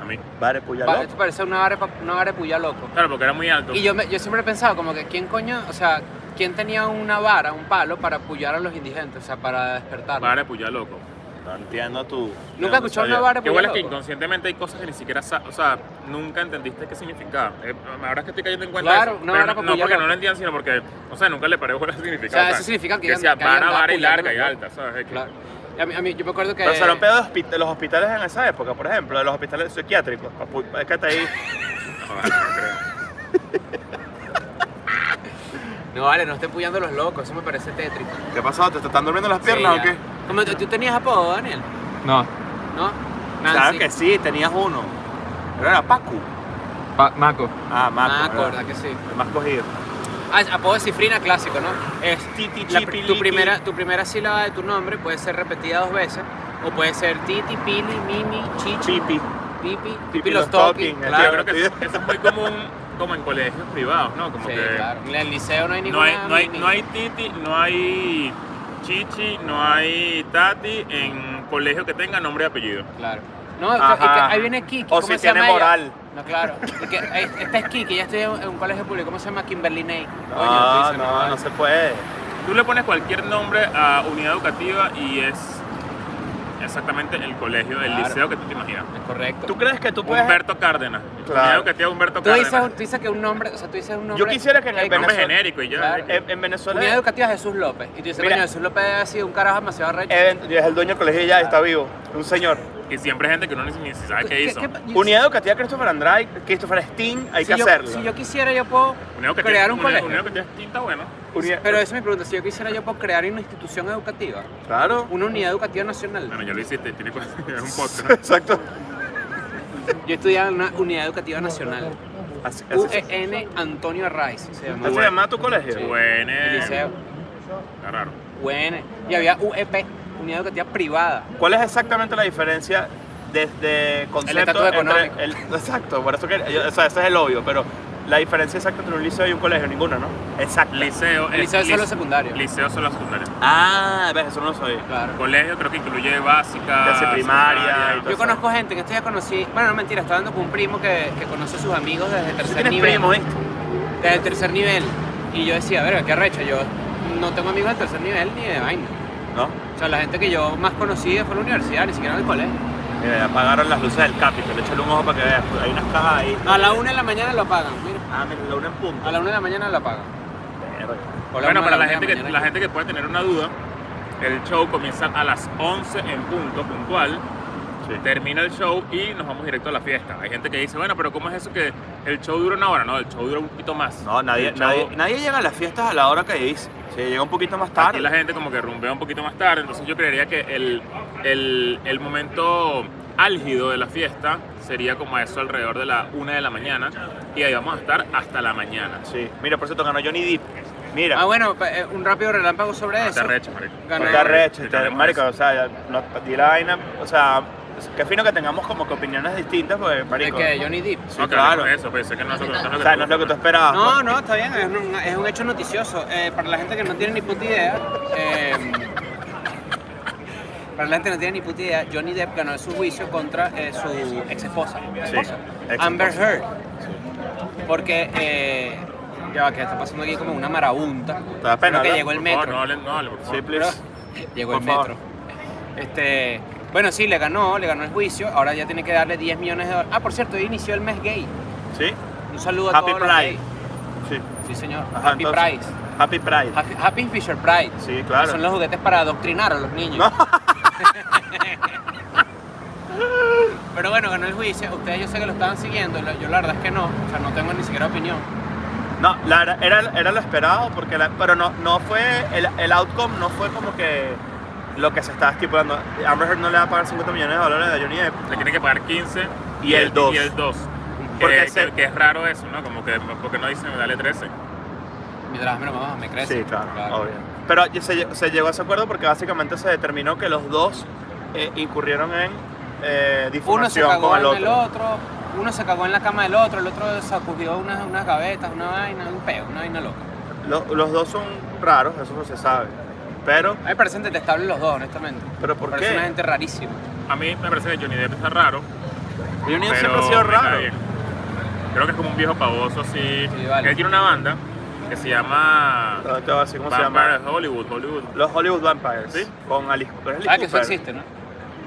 [SPEAKER 2] A mí.
[SPEAKER 4] Vale, pues ya
[SPEAKER 3] Ba-
[SPEAKER 4] lo-
[SPEAKER 3] Esto parece una bare, pa- una bare puya loco.
[SPEAKER 2] Claro, porque era muy alto.
[SPEAKER 3] Y yo, me- yo siempre he pensado como que quién coño, o sea, quién tenía una vara, un palo para apoyar a los indigentes, o sea, para despertarlos.
[SPEAKER 2] Para puya pues loco.
[SPEAKER 4] No entiendo tú.
[SPEAKER 3] Nunca he escuchado una vara
[SPEAKER 2] Que bueno es que
[SPEAKER 3] puya loco.
[SPEAKER 2] inconscientemente hay cosas que ni siquiera, sa- o sea, nunca entendiste qué significaba. Eh, ahora es que estoy cayendo en cuenta
[SPEAKER 3] Claro,
[SPEAKER 2] de eso,
[SPEAKER 3] una
[SPEAKER 2] pero
[SPEAKER 3] vara
[SPEAKER 2] no,
[SPEAKER 3] para
[SPEAKER 2] no porque
[SPEAKER 3] puya
[SPEAKER 2] no
[SPEAKER 3] loco.
[SPEAKER 2] lo entendían, sino porque, o sea, nunca le paré *laughs* bola al significado.
[SPEAKER 3] O sea, eso significa que
[SPEAKER 2] que
[SPEAKER 3] hayan-
[SPEAKER 2] sea
[SPEAKER 3] que hayan
[SPEAKER 2] vara,
[SPEAKER 3] dado
[SPEAKER 2] vara y
[SPEAKER 3] puya
[SPEAKER 2] larga y
[SPEAKER 3] loco.
[SPEAKER 2] alta, ¿sabes? Es que-
[SPEAKER 3] Claro. A mí, a mí- yo me acuerdo que...
[SPEAKER 4] Pero se eran pedos de hospi- de los hospitales en esa época, por ejemplo, de los hospitales psiquiátricos. Papu- Es que hasta ahí.
[SPEAKER 2] No, vale, no creo.
[SPEAKER 3] No, vale, no estén puyando los locos, eso me parece tétrico.
[SPEAKER 4] ¿Qué pasó? ¿Te te están durmiendo las
[SPEAKER 3] Sí, ya. Como tú, tú tenías apodo, Daniel,
[SPEAKER 5] No,
[SPEAKER 3] ¿no?
[SPEAKER 4] Claro que sí, tenías uno. Pero era Pacu.
[SPEAKER 5] Pa- Maco.
[SPEAKER 4] Ah, Maco.
[SPEAKER 3] Ah,
[SPEAKER 4] ¿verdad?
[SPEAKER 3] acorda que sí.
[SPEAKER 4] El más cogido.
[SPEAKER 3] Ah, apodo de cifrina clásico, ¿no? Es
[SPEAKER 4] Titi,
[SPEAKER 3] la-
[SPEAKER 4] chipi,
[SPEAKER 3] tu,
[SPEAKER 4] liqui.
[SPEAKER 3] primera, tu primera sílaba de tu nombre puede ser repetida dos veces, o puede ser titi, pili, mimi, chichi,
[SPEAKER 4] Chipi.
[SPEAKER 3] pipi,
[SPEAKER 4] Pipi
[SPEAKER 3] pipi
[SPEAKER 4] los
[SPEAKER 3] los talking,
[SPEAKER 4] talking,
[SPEAKER 2] Yo
[SPEAKER 3] claro.
[SPEAKER 2] creo que eso, eso es muy común como en colegios privados, ¿no? Como
[SPEAKER 3] Sí,
[SPEAKER 2] que
[SPEAKER 3] claro. En el liceo no hay
[SPEAKER 2] no,
[SPEAKER 3] ninguna.
[SPEAKER 2] hay, no, hay,
[SPEAKER 3] mini.
[SPEAKER 2] no hay titi, no hay chichi, no hay tati en colegio que tenga nombre y apellido.
[SPEAKER 3] Claro. No,
[SPEAKER 4] Ajá.
[SPEAKER 3] y que ahí viene Kiki.
[SPEAKER 4] O
[SPEAKER 3] ¿cómo
[SPEAKER 4] si
[SPEAKER 3] se
[SPEAKER 4] tiene
[SPEAKER 3] llama ella?
[SPEAKER 4] moral.
[SPEAKER 3] No, claro. Y que, ahí- esta es Kiki, ya estoy en en un colegio público. ¿Cómo se llama? Kimberly Ney.
[SPEAKER 4] Ah, No, no, no se puede.
[SPEAKER 2] Tú le pones cualquier nombre a unidad educativa y es exactamente el colegio, el
[SPEAKER 3] Claro.
[SPEAKER 2] liceo que tú te imaginas.
[SPEAKER 3] Correcto.
[SPEAKER 4] ¿Tú
[SPEAKER 3] Tú,
[SPEAKER 4] crees que tú puedes.?
[SPEAKER 2] Humberto Cárdenas.
[SPEAKER 4] Claro.
[SPEAKER 2] Unidad educativa Humberto Cárdenas.
[SPEAKER 3] dices, tú dices que un nombre, o sea, tú dices un nombre.
[SPEAKER 4] Yo quisiera que en el
[SPEAKER 3] Ey,
[SPEAKER 2] nombre
[SPEAKER 4] Venezuela.
[SPEAKER 2] genérico y ya.
[SPEAKER 3] Claro.
[SPEAKER 4] En, en Venezuela.
[SPEAKER 3] Unidad Educativa Jesús López. Y tú dices,
[SPEAKER 4] Mira.
[SPEAKER 3] coño, Jesús López ha sido un carajo demasiado recho.
[SPEAKER 4] Even- es el dueño del colegio ya,
[SPEAKER 3] Ah.
[SPEAKER 4] está vivo. Un señor.
[SPEAKER 2] Y siempre hay gente que uno ni, ni sabe qué, hizo.
[SPEAKER 3] qué pa- yo-
[SPEAKER 4] Unidad educativa Christopher Andrade, Christopher Steen, hay
[SPEAKER 3] si
[SPEAKER 4] que
[SPEAKER 3] yo-
[SPEAKER 4] hacerlo.
[SPEAKER 3] Si yo quisiera, yo puedo
[SPEAKER 2] Unidad educativa-
[SPEAKER 3] crear un
[SPEAKER 2] unidad-
[SPEAKER 3] colegio.
[SPEAKER 2] Unidad educativa tinta, bueno.
[SPEAKER 4] Unidad-
[SPEAKER 3] Pero eso es mi pregunta. Si yo quisiera, yo puedo crear una institución educativa.
[SPEAKER 4] Claro.
[SPEAKER 3] Una unidad educativa nacional.
[SPEAKER 2] Bueno, ya lo hiciste, tiene que *laughs* es un podcast.
[SPEAKER 4] Exacto.
[SPEAKER 3] Yo estudiaba en una unidad educativa nacional.
[SPEAKER 4] Así, así-
[SPEAKER 3] eh, UN E Antonio Arraiz se llama.
[SPEAKER 4] así se llama tu colegio.
[SPEAKER 2] Bueno.
[SPEAKER 3] El liceo.
[SPEAKER 2] Está raro.
[SPEAKER 3] UN y había UEP, Unidad Educativa Privada.
[SPEAKER 4] ¿Cuál es exactamente la diferencia desde concepto
[SPEAKER 3] estatuto
[SPEAKER 4] entre
[SPEAKER 3] económico.
[SPEAKER 4] el- exacto, por eso que yo- o sea, ese es el obvio, pero la diferencia exacta entre un liceo y un colegio, ninguna, ¿no? Exacto.
[SPEAKER 2] Liceo,
[SPEAKER 3] El liceo es solo
[SPEAKER 2] lic-
[SPEAKER 3] secundario.
[SPEAKER 2] Liceo solo secundario.
[SPEAKER 4] Ah, ves, eso no lo sabía.
[SPEAKER 3] Claro.
[SPEAKER 2] Colegio creo que incluye básica,
[SPEAKER 4] Clase primaria y
[SPEAKER 2] secundaria.
[SPEAKER 4] todo.
[SPEAKER 3] Yo conozco gente que estos días conocí, bueno, no mentira, estaba hablando con un primo que, que conoce a sus amigos desde el
[SPEAKER 4] Tú
[SPEAKER 3] tercer
[SPEAKER 4] tienes
[SPEAKER 3] nivel.
[SPEAKER 4] primo,
[SPEAKER 2] ¿eh?
[SPEAKER 4] ¿viste?
[SPEAKER 3] desde el tercer nivel. Y yo decía, verga, qué arrecho, yo no tengo amigos del tercer nivel ni de vaina.
[SPEAKER 4] ¿No?
[SPEAKER 3] O sea, la gente que yo más conocí fue en la universidad, ni siquiera en el colegio.
[SPEAKER 4] Mira, apagaron las luces del Capitol, échale un ojo para que veas, pues, hay unas cajas ahí.
[SPEAKER 3] A la una de la mañana lo apagan, mira.
[SPEAKER 4] Ah, mira, la una en punto.
[SPEAKER 3] A la una de la mañana lo apagan.
[SPEAKER 4] Verga.
[SPEAKER 3] O
[SPEAKER 2] bueno,
[SPEAKER 3] una
[SPEAKER 2] para
[SPEAKER 3] de
[SPEAKER 2] la gente,
[SPEAKER 3] mañana
[SPEAKER 2] que, la gente que puede tener una duda, el show comienza a las 11 en punto, puntual. Termina el show y nos vamos directo a la fiesta. Hay gente que dice, bueno, pero ¿cómo es eso que el show dura una hora? No, el show dura un poquito más.
[SPEAKER 4] No, nadie,
[SPEAKER 2] El show-
[SPEAKER 4] nadie, nadie llega a las fiestas a la hora que dice. Se llega un poquito más tarde.
[SPEAKER 2] Aquí la gente como que rumbea un poquito más tarde, entonces yo creería que el, el- el momento álgido de la fiesta sería como a eso alrededor de la 1 de la mañana y ahí vamos a estar hasta la mañana.
[SPEAKER 4] Sí. Mira, por cierto, ganó Johnny Depp. Mira.
[SPEAKER 3] Ah, bueno, pa- eh, un rápido relámpago sobre
[SPEAKER 2] No Ah, te
[SPEAKER 3] eso.
[SPEAKER 2] arreches, marico.
[SPEAKER 3] Ganó.
[SPEAKER 4] Porque arrecho,
[SPEAKER 2] Te
[SPEAKER 4] está-
[SPEAKER 2] tenemos
[SPEAKER 4] marico,
[SPEAKER 2] eso.
[SPEAKER 4] o sea, ya, no, di la vaina, o sea, es- qué fino que tengamos como que opiniones distintas, pues,
[SPEAKER 3] ¿De
[SPEAKER 4] marico.
[SPEAKER 3] que Johnny Depp.
[SPEAKER 4] Sí,
[SPEAKER 2] No,
[SPEAKER 4] claro.
[SPEAKER 2] claro. Eso, pensé que no es lo que, no es lo
[SPEAKER 4] O
[SPEAKER 2] que
[SPEAKER 4] sea,
[SPEAKER 2] tú-
[SPEAKER 4] no es lo que tú esperabas.
[SPEAKER 3] No, no, está bien, es un, es un hecho noticioso. Eh, para la gente que no tiene ni puta idea, eh, para la gente que no tiene ni puta idea, Johnny Depp ganó su juicio contra eh, su ex esposa,
[SPEAKER 4] ex-esposa.
[SPEAKER 3] Amber Heard. Porque eh, ya va, que está pasando aquí como una marabunta.
[SPEAKER 4] Te da pena,
[SPEAKER 3] Creo
[SPEAKER 4] ¿verdad?
[SPEAKER 3] que llegó el
[SPEAKER 2] Por
[SPEAKER 3] metro.
[SPEAKER 2] favor, no hablen, no hablen, por favor.
[SPEAKER 4] pues. Sí, please.
[SPEAKER 3] Llegó
[SPEAKER 4] Por
[SPEAKER 3] el
[SPEAKER 4] favor.
[SPEAKER 3] metro. Este, bueno, sí, le ganó, le ganó el juicio. Ahora ya tiene que darle 10 millones de dólares. Ah, por cierto, hoy inició el mes gay.
[SPEAKER 4] ¿Sí?
[SPEAKER 3] Un saludo a
[SPEAKER 4] Happy
[SPEAKER 3] todos los
[SPEAKER 4] Pride.
[SPEAKER 3] gays.
[SPEAKER 4] Sí.
[SPEAKER 3] Sí, señor.
[SPEAKER 4] Ajá,
[SPEAKER 3] Happy
[SPEAKER 4] entonces-
[SPEAKER 3] Pride.
[SPEAKER 4] Happy Pride.
[SPEAKER 3] Happy, Happy Fisher Pride.
[SPEAKER 4] Sí,
[SPEAKER 3] Que
[SPEAKER 4] claro.
[SPEAKER 3] Son los juguetes para adoctrinar a los niños.
[SPEAKER 4] No.
[SPEAKER 3] *laughs* Pero bueno, ganó el juicio. Ustedes yo sé que lo estaban siguiendo. lo- Yo la verdad es que no. O sea, no tengo ni siquiera opinión.
[SPEAKER 4] No, la verdad, era, era lo esperado, porque la- pero no, no fue, el, el outcome no fue como que lo que se estaba estipulando. Amber Heard no le va a pagar 50 millones de dólares a Johnny Depp.
[SPEAKER 2] Le tienen que pagar 15
[SPEAKER 4] Y el dos.
[SPEAKER 2] Y el 2.
[SPEAKER 4] Porque
[SPEAKER 2] Porque
[SPEAKER 4] se-
[SPEAKER 2] que es raro eso, ¿no? Como que porque no dicen dale 13.
[SPEAKER 3] Mientras me lo mamá, me crece.
[SPEAKER 4] Sí, claro, obvio. Pero se, se llegó a ese acuerdo porque básicamente se determinó que los dos eh, incurrieron en eh,
[SPEAKER 3] Uno se
[SPEAKER 4] difamación
[SPEAKER 3] cagó
[SPEAKER 4] con
[SPEAKER 3] en
[SPEAKER 4] el otro.
[SPEAKER 3] el otro. Uno se cagó en la cama del otro. El otro sacudió unas, unas gavetas, una vaina, un peo, una vaina loca.
[SPEAKER 4] Lo- los dos son raros, eso no se sabe. Pero,
[SPEAKER 3] A mí me parecen detestables los dos, honestamente.
[SPEAKER 4] pero ¿por
[SPEAKER 3] Parecen una
[SPEAKER 4] qué?
[SPEAKER 3] gente rarísima.
[SPEAKER 2] A mí me parece que Johnny Depp está raro.
[SPEAKER 4] Johnny Depp
[SPEAKER 2] pero
[SPEAKER 4] siempre ha sido
[SPEAKER 2] me cae
[SPEAKER 4] raro.
[SPEAKER 2] bien. Creo que es como un viejo pavoso así.
[SPEAKER 3] Sí, vale.
[SPEAKER 2] Él tiene una banda que se llama
[SPEAKER 4] Pero te voy a decir cómo se
[SPEAKER 2] Vampire
[SPEAKER 4] llama.
[SPEAKER 2] Hollywood, Hollywood.
[SPEAKER 4] Los Hollywood Vampires.
[SPEAKER 2] ¿Sí?
[SPEAKER 4] Con Alice, pero es Alice
[SPEAKER 3] ¿Sabes Ah, que eso
[SPEAKER 4] Cooper.
[SPEAKER 3] existe, no?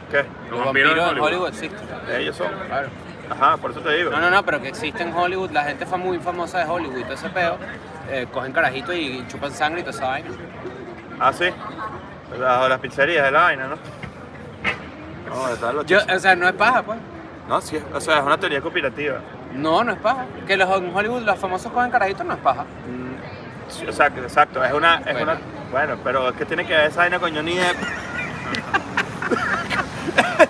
[SPEAKER 4] ¿Qué?
[SPEAKER 3] Los vampiros en Hollywood existen.
[SPEAKER 4] Ellos son.
[SPEAKER 3] Claro.
[SPEAKER 4] Ajá, por eso te digo.
[SPEAKER 3] No, no, no, pero que existe en Hollywood, la gente fue muy famosa de Hollywood, y todo ese peo, eh, cogen carajitos y chupan sangre y toda esa vaina.
[SPEAKER 4] Ah, sí. Las, las pizzerías de la vaina, ¿no? No, están los
[SPEAKER 3] Yo,
[SPEAKER 4] chis-
[SPEAKER 3] o sea, no es paja, pues.
[SPEAKER 4] No, sí, es- o sea, es una teoría conspirativa.
[SPEAKER 3] No, no es paja. Que los en Hollywood, los famosos cogen carajitos, no es paja.
[SPEAKER 4] Mm, sí, o sea, que- exacto, es una, es
[SPEAKER 3] Bueno.
[SPEAKER 4] una. Bueno, pero es que tiene que ver esa vaina con
[SPEAKER 2] *laughs*
[SPEAKER 4] Johnny Depp.
[SPEAKER 2] Ah,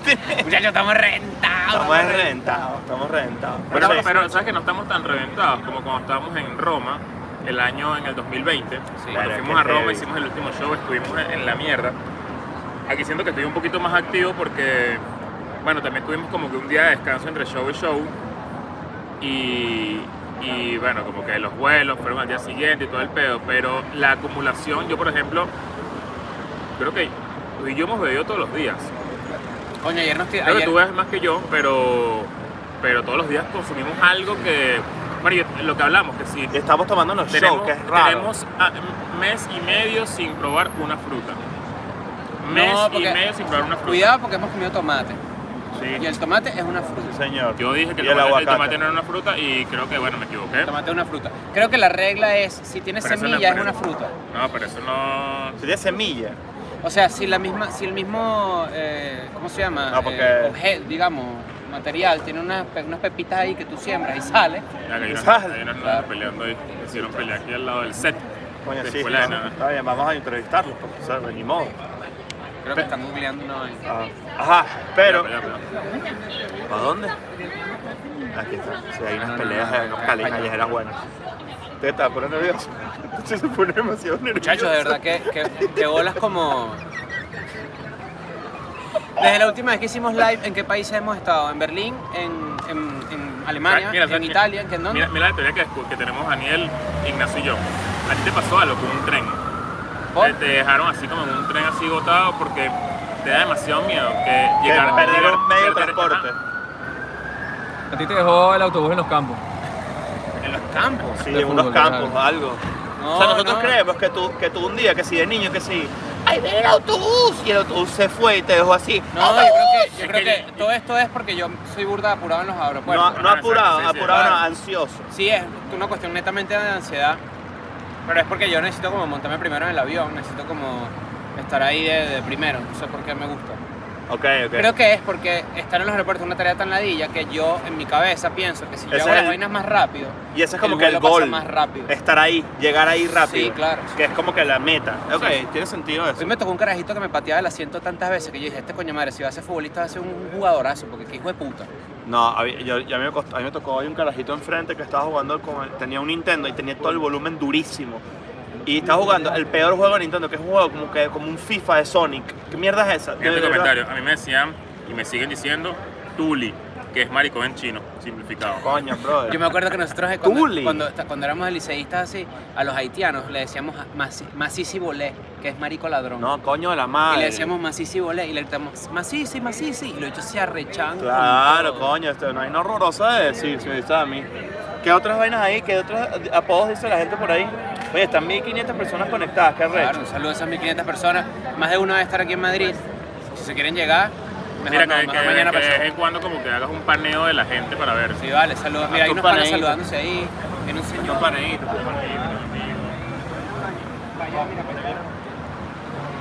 [SPEAKER 3] Muchachos, estamos rentados.
[SPEAKER 4] Estamos reventados, estamos reventados.
[SPEAKER 2] Pero,
[SPEAKER 4] Pero sí,
[SPEAKER 2] pero sabes que no estamos tan reventados como cuando estábamos en Roma el año en el 2020.
[SPEAKER 4] Claro,
[SPEAKER 2] cuando
[SPEAKER 4] qué
[SPEAKER 2] fuimos a Roma,
[SPEAKER 4] heavy.
[SPEAKER 2] hicimos el último show, estuvimos en, en la mierda. Aquí siento que estoy un poquito más activo porque, bueno, también tuvimos como que un día de descanso entre show y show. Y, y, bueno, como que los vuelos fueron al día siguiente y todo el pedo. Pero la acumulación, yo por ejemplo, creo que tú y yo hemos bebido todos los días.
[SPEAKER 3] Coño, ayer nos
[SPEAKER 2] Creo que tú
[SPEAKER 3] tiramos.
[SPEAKER 2] ves más que yo, pero, pero todos los días consumimos algo que. Bueno, y lo que hablamos, que si
[SPEAKER 4] y estamos tomando unos shows,
[SPEAKER 2] tenemos,
[SPEAKER 4] que es raro.
[SPEAKER 2] tenemos ah, mes y medio sin probar una fruta. Mes
[SPEAKER 3] No,
[SPEAKER 2] y
[SPEAKER 3] porque-
[SPEAKER 2] medio sin probar una fruta.
[SPEAKER 3] Cuidado porque hemos comido tomate.
[SPEAKER 4] Sí,
[SPEAKER 3] Y el tomate es una
[SPEAKER 4] sí,
[SPEAKER 3] fruta.
[SPEAKER 4] señor.
[SPEAKER 2] Yo dije que
[SPEAKER 4] Y el
[SPEAKER 2] el tomate, el
[SPEAKER 4] aguacate.
[SPEAKER 2] tomate no era una fruta y creo que, bueno, me equivoqué.
[SPEAKER 3] El tomate es una fruta. Creo que la regla es, si tiene
[SPEAKER 2] Pero eso no es
[SPEAKER 3] semilla, es
[SPEAKER 2] por
[SPEAKER 3] una
[SPEAKER 2] eso.
[SPEAKER 3] fruta.
[SPEAKER 2] No, pero eso no.
[SPEAKER 4] Sería semilla.
[SPEAKER 3] O sea, si la misma, si el mismo, eh, ¿cómo se llama?
[SPEAKER 4] No, porque-
[SPEAKER 3] objeto, digamos, material, tiene unas, pe- unas pepitas ahí que tú siembras y sale.
[SPEAKER 2] Ya que hay unas-
[SPEAKER 4] Sal.
[SPEAKER 2] hay unas nuevas
[SPEAKER 3] Claro.
[SPEAKER 2] peleando ahí. Hicieron pelear aquí al lado del set.
[SPEAKER 4] Coño,
[SPEAKER 2] de
[SPEAKER 4] sí.
[SPEAKER 2] escuela de
[SPEAKER 4] ¿no?
[SPEAKER 2] nada.
[SPEAKER 4] Está bien, vamos a entrevistarlos, porque, o sea, pues, ni modo.
[SPEAKER 3] Creo que están googleando una vaina.
[SPEAKER 4] Ah, Ajá, pero.
[SPEAKER 2] Ya, ya, ya.
[SPEAKER 4] ¿Para dónde? Aquí está. Sí, hay
[SPEAKER 3] No,
[SPEAKER 4] unas
[SPEAKER 3] no,
[SPEAKER 4] peleas
[SPEAKER 3] no,
[SPEAKER 4] de
[SPEAKER 3] no,
[SPEAKER 4] cali-
[SPEAKER 3] no.
[SPEAKER 4] callejeras buenas. Te estaba poniendo nervioso. *laughs* Entonces se pone demasiado nervioso.
[SPEAKER 3] Muchachos, de verdad que, que, que bolas como. Desde la última vez que hicimos live, ¿en qué países hemos estado? ¿En Berlín? ¿En, en- en Alemania?
[SPEAKER 2] Mira,
[SPEAKER 3] ¿En
[SPEAKER 2] mira,
[SPEAKER 3] Italia? ¿En qué en dónde?
[SPEAKER 2] Mira, mira la teoría que, descu- que tenemos Daniel, Ignacio y yo. A ti te pasó algo con un tren.
[SPEAKER 3] ¿Por?
[SPEAKER 2] Eh, Te dejaron así como en un tren así botado porque te da demasiado miedo que llegar
[SPEAKER 4] perder
[SPEAKER 2] llegar-
[SPEAKER 4] un medio de
[SPEAKER 2] perder-
[SPEAKER 4] transporte.
[SPEAKER 2] ajá,
[SPEAKER 5] A ti te dejó el autobús en los campos.
[SPEAKER 3] En los campos.
[SPEAKER 4] Sí,
[SPEAKER 5] De
[SPEAKER 4] en unos
[SPEAKER 5] fútbol,
[SPEAKER 4] campos
[SPEAKER 5] claro.
[SPEAKER 4] o algo.
[SPEAKER 3] No,
[SPEAKER 4] o sea, nosotros
[SPEAKER 3] no.
[SPEAKER 4] creemos que tú, que tú un día, que si de niño, que si. ¡Ay, viene el autobús! Y el autobús se fue y te dejó así.
[SPEAKER 3] No, yo creo que, yo
[SPEAKER 2] Es
[SPEAKER 3] creo
[SPEAKER 2] que-
[SPEAKER 3] que todo esto es porque yo soy burda apurado en los
[SPEAKER 4] No,
[SPEAKER 3] aeropuertos.
[SPEAKER 4] no apurado,
[SPEAKER 2] sí, sí,
[SPEAKER 4] apurado,
[SPEAKER 3] claro.
[SPEAKER 4] no, ansioso.
[SPEAKER 3] Sí, es una cuestión netamente de ansiedad, pero es porque yo necesito como montarme primero en el avión, necesito como estar ahí de, de primero, no sé por qué me gusta.
[SPEAKER 4] Ok, ok.
[SPEAKER 3] Creo que es porque estar en los aeropuertos es una tarea tan ladilla que yo en mi cabeza pienso que si yo
[SPEAKER 4] Ese
[SPEAKER 3] hago
[SPEAKER 4] es
[SPEAKER 3] las
[SPEAKER 4] el-
[SPEAKER 3] vainas más rápido,
[SPEAKER 4] y ese es como
[SPEAKER 3] el
[SPEAKER 4] que el
[SPEAKER 3] vuelo pasa
[SPEAKER 4] gol.
[SPEAKER 3] más rápido.
[SPEAKER 4] Estar ahí, llegar ahí rápido.
[SPEAKER 3] Sí, claro.
[SPEAKER 4] Que es como que la meta. Ok,
[SPEAKER 3] Sí.
[SPEAKER 4] tiene sentido eso.
[SPEAKER 3] hoy me tocó un carajito que me pateaba el asiento tantas veces que yo dije, este coño madre, si va a ser futbolista va a ser un jugadorazo, porque qué hijo de puta.
[SPEAKER 4] No, a mí, yo, yo- a mí me costó- a mí me tocó, hay un carajito enfrente que estaba jugando con, tenía un Nintendo y tenía todo el volumen durísimo. Y estaba jugando el peor juego de Nintendo, que es un juego como, que, como un FIFA de Sonic. ¿Qué mierda es esa? De
[SPEAKER 2] Fíjate el
[SPEAKER 4] verdad.
[SPEAKER 2] comentario. A mí me decían y me siguen diciendo Tuli, que es maricón en chino, simplificado.
[SPEAKER 4] Coño, brother.
[SPEAKER 3] Yo me acuerdo que nosotros eh, cuando,
[SPEAKER 4] Tuli.
[SPEAKER 3] cuando, cuando éramos liceístas así, a los haitianos le decíamos masi- masisi volé, que es marico ladrón.
[SPEAKER 4] No, coño de la
[SPEAKER 3] y
[SPEAKER 4] madre.
[SPEAKER 3] le decíamos masisi volé y le gritamos masisi, masisi. Y los hechos se arrechan. con
[SPEAKER 4] Claro,
[SPEAKER 3] todo.
[SPEAKER 4] coño, esto no hay no horrorosa de decir, si me dice a mí. ¿Qué otras vainas hay? ¿Qué otros apodos dice la gente por ahí? Oye, están 1500 personas conectadas, qué
[SPEAKER 3] Claro,
[SPEAKER 4] recho.
[SPEAKER 3] un saludo a esas 1500 personas. Más de uno debe estar aquí en Madrid. Si se quieren llegar, mejor,
[SPEAKER 2] Mira,
[SPEAKER 3] no,
[SPEAKER 2] que,
[SPEAKER 3] mejor
[SPEAKER 2] que-
[SPEAKER 3] mañana
[SPEAKER 2] que de
[SPEAKER 3] pasamos.
[SPEAKER 2] vez en cuando como que hagas un paneo de la gente para ver.
[SPEAKER 3] Sí, vale, saludos.
[SPEAKER 4] A
[SPEAKER 3] Mira, hay
[SPEAKER 4] tu
[SPEAKER 3] unos panas
[SPEAKER 4] paneíto.
[SPEAKER 3] saludándose ahí. Viene un señor.
[SPEAKER 4] pues,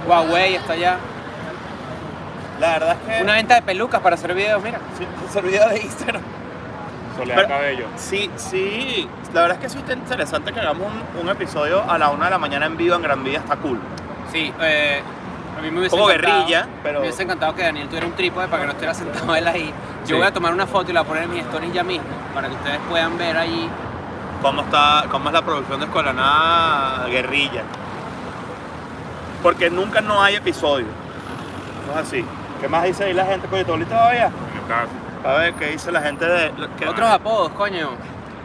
[SPEAKER 3] Huawei está allá.
[SPEAKER 4] La verdad es que
[SPEAKER 3] Una venta de pelucas para hacer videos, mira.
[SPEAKER 4] Sí, se olvidó de Instagram.
[SPEAKER 2] Soledad
[SPEAKER 4] Pero-
[SPEAKER 2] Cabello.
[SPEAKER 4] Sí, sí. La verdad es que sí está interesante que hagamos un, un episodio a la una de la mañana en vivo en Gran Vía, está cool.
[SPEAKER 3] Sí, eh, a mí me hubiese
[SPEAKER 4] Como
[SPEAKER 3] encantado-
[SPEAKER 4] guerrilla, pero-
[SPEAKER 3] Me hubiese encantado que Daniel tuviera un trípode para que no estuviera sentado él ahí. Yo
[SPEAKER 5] Sí.
[SPEAKER 3] voy a tomar una foto y la voy a poner en mis stories ya mismo, para que ustedes puedan ver ahí.
[SPEAKER 4] ¿Cómo, está, cómo es la producción de Escuela Nada Guerrilla? Porque nunca no hay episodio. No es así. ¿Qué más dice ahí la gente? Coño, ¿tú ahorita vaya?
[SPEAKER 2] En el caso.
[SPEAKER 4] A ver, ¿qué dice la gente de...? lo- que-
[SPEAKER 3] Otros apodos, coño.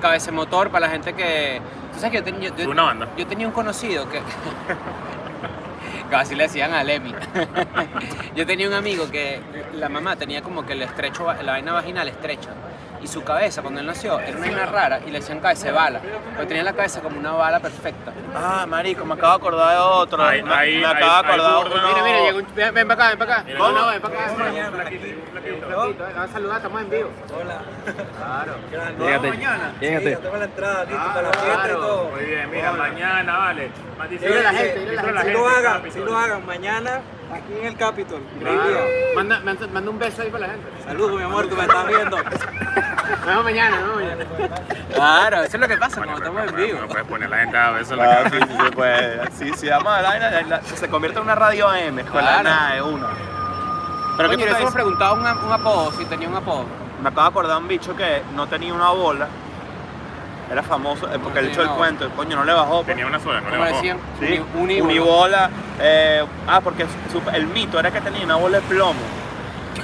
[SPEAKER 3] Cabecemotor para la gente que... Tú sabes que yo, ten- yo- yo-
[SPEAKER 2] Una banda.
[SPEAKER 3] yo tenía un conocido que... *laughs* Casi le decían a Lemi. *laughs* yo tenía un amigo que la mamá tenía como que el estrecho, va- la vaina vaginal estrecha. Y su cabeza, cuando él nació, era una vaina rara y le decían cabeza de bala. Porque tenía la cabeza como una bala perfecta.
[SPEAKER 4] Ah, marico, me acabo de acordar de otro.
[SPEAKER 2] Ahí-
[SPEAKER 4] me,
[SPEAKER 2] ahí-
[SPEAKER 4] me
[SPEAKER 2] ahí-
[SPEAKER 4] acabo de
[SPEAKER 2] ahí
[SPEAKER 4] acordar de
[SPEAKER 2] gordo,
[SPEAKER 4] otro.
[SPEAKER 2] ¿no?
[SPEAKER 3] Mira, mira, llegó un... Ven, ven para acá, ven para acá.
[SPEAKER 2] Mira,
[SPEAKER 3] No,
[SPEAKER 2] mira.
[SPEAKER 3] no, ven para acá. Ven para aquí, a saludar, estamos en vivo.
[SPEAKER 5] Llegate. Llegate.
[SPEAKER 6] Tengo la entrada listo para la fiesta y todo.
[SPEAKER 2] Muy bien, mira, mañana, vale.
[SPEAKER 6] Dile a la gente,
[SPEAKER 2] dile
[SPEAKER 6] dile a la gente. Si lo hagan, si lo hagan. Mañana aquí en el Capitol.
[SPEAKER 3] Manda, manda manda un beso ahí para la gente.
[SPEAKER 6] Saludos, mi amor, tú me estás viendo.
[SPEAKER 3] Nos vemos mañana, nos vemos mañana. Claro, eso es lo que pasa cuando estamos en vivo.
[SPEAKER 2] No puedes poner la gente a veces en la
[SPEAKER 4] Ah,
[SPEAKER 2] cara.
[SPEAKER 4] sí, sí, se puede. Sí, sí, vamos a la, la- la- se convierte en una radio AM, escuela
[SPEAKER 3] Claro.
[SPEAKER 4] nada de una. Pero
[SPEAKER 3] Coño,
[SPEAKER 4] que
[SPEAKER 3] nosotros preguntaba un, un apodo, si tenía un apodo.
[SPEAKER 4] me acabo de acordar de un bicho que no tenía una bola, era famoso, eh, porque el
[SPEAKER 3] Sí,
[SPEAKER 4] bicho del
[SPEAKER 3] no.
[SPEAKER 4] cuento, el coño no le bajó. pues.
[SPEAKER 2] Tenía una sola, no le
[SPEAKER 3] ¿Cómo
[SPEAKER 2] bajó.
[SPEAKER 3] decían?
[SPEAKER 4] Sí,
[SPEAKER 3] Uni-
[SPEAKER 4] unibola.
[SPEAKER 3] unibola.
[SPEAKER 4] eh, ah, porque su- su- el mito era que tenía una bola de plomo.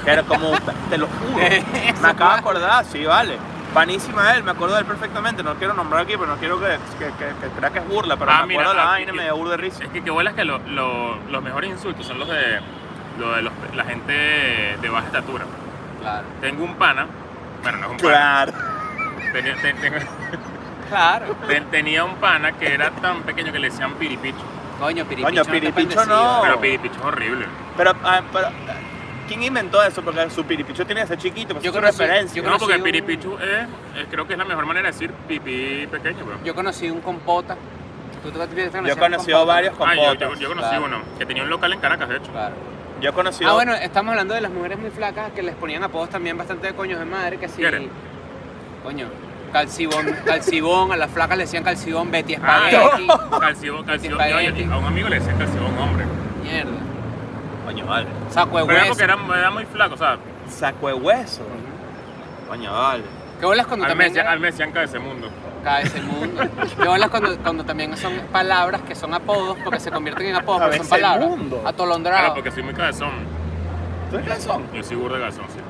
[SPEAKER 4] Que era como, te lo juro. me acabo de acordar, sí, vale. Panísima él, me acuerdo de él perfectamente. No quiero nombrar aquí, pero no quiero que, que, que- que crea que es burla. Pero
[SPEAKER 2] Ah,
[SPEAKER 4] me acuerdo
[SPEAKER 2] mira,
[SPEAKER 4] de la
[SPEAKER 2] ah,
[SPEAKER 4] vaina y
[SPEAKER 2] yo-
[SPEAKER 4] me dio burda de risa.
[SPEAKER 2] *laughs* Es que qué bolas que lo- lo- los mejores insultos son los de, lo de los- la gente de baja estatura.
[SPEAKER 3] Claro.
[SPEAKER 2] Tengo un pana, bueno, no es un pana.
[SPEAKER 4] Claro.
[SPEAKER 2] Tenía, ten- ten-
[SPEAKER 3] Claro.
[SPEAKER 2] ten- tenía un pana que era tan pequeño que le decían piripicho.
[SPEAKER 3] Coño, piripicho.
[SPEAKER 4] Coño,
[SPEAKER 3] no te
[SPEAKER 4] piripicho
[SPEAKER 3] pendecí,
[SPEAKER 4] no.
[SPEAKER 3] ¿verdad?
[SPEAKER 2] Pero piripicho es horrible.
[SPEAKER 4] Pero, ah, pero, ¿quién inventó eso? Porque su piripicho tiene que ser chiquito, pues
[SPEAKER 3] Yo
[SPEAKER 4] es su
[SPEAKER 3] creo que sí,
[SPEAKER 4] referencia.
[SPEAKER 3] yo
[SPEAKER 2] No, porque
[SPEAKER 3] conocí un-
[SPEAKER 2] piripicho es, es- creo que es la mejor manera de decir pipí pequeño, bro.
[SPEAKER 3] Yo conocí un compota. ¿Tú, tú, tú, tú- tú-
[SPEAKER 4] Yo, he
[SPEAKER 3] conocías un
[SPEAKER 4] conocido
[SPEAKER 3] compota?
[SPEAKER 4] varios
[SPEAKER 2] Ah, yo,
[SPEAKER 4] compotas.
[SPEAKER 2] yo- yo conocí
[SPEAKER 3] Claro.
[SPEAKER 2] uno que tenía un local en Caracas, de hecho.
[SPEAKER 3] Claro.
[SPEAKER 4] Yo he conocido.
[SPEAKER 3] Ah, bueno, estamos hablando de las mujeres muy flacas que les ponían apodos también bastante de coños de madre, que sí.
[SPEAKER 2] ¿Quiénes?
[SPEAKER 3] Coño,
[SPEAKER 2] *laughs*
[SPEAKER 3] calcibón, calcibón, a las flacas le decían calcibón, Betty
[SPEAKER 2] Ah,
[SPEAKER 3] Spaghetti.
[SPEAKER 2] Calcibón, calcibón.
[SPEAKER 3] Espagueti.
[SPEAKER 2] Oye, a un amigo le decían calcibón, hombre.
[SPEAKER 3] Mierda.
[SPEAKER 4] Coño, vale.
[SPEAKER 3] Saco de
[SPEAKER 2] Pero era porque
[SPEAKER 3] hueso.
[SPEAKER 2] era, era muy flaco, o sea,
[SPEAKER 4] Saco de hueso. Coño, vale.
[SPEAKER 3] ¿Qué bolas cuando
[SPEAKER 2] al me
[SPEAKER 3] también?
[SPEAKER 2] decían, al me decían cabecemundo.
[SPEAKER 3] cada segundo. Me bolas cuando, cuando también son palabras que son apodos, porque se convierten en apodos, pero son palabras.
[SPEAKER 4] Cabezemundo.
[SPEAKER 2] Claro,
[SPEAKER 3] Atolondrado.
[SPEAKER 2] porque soy muy cabezón.
[SPEAKER 4] ¿Tú eres cabezón?
[SPEAKER 2] Yo soy burda de cabezón, sí.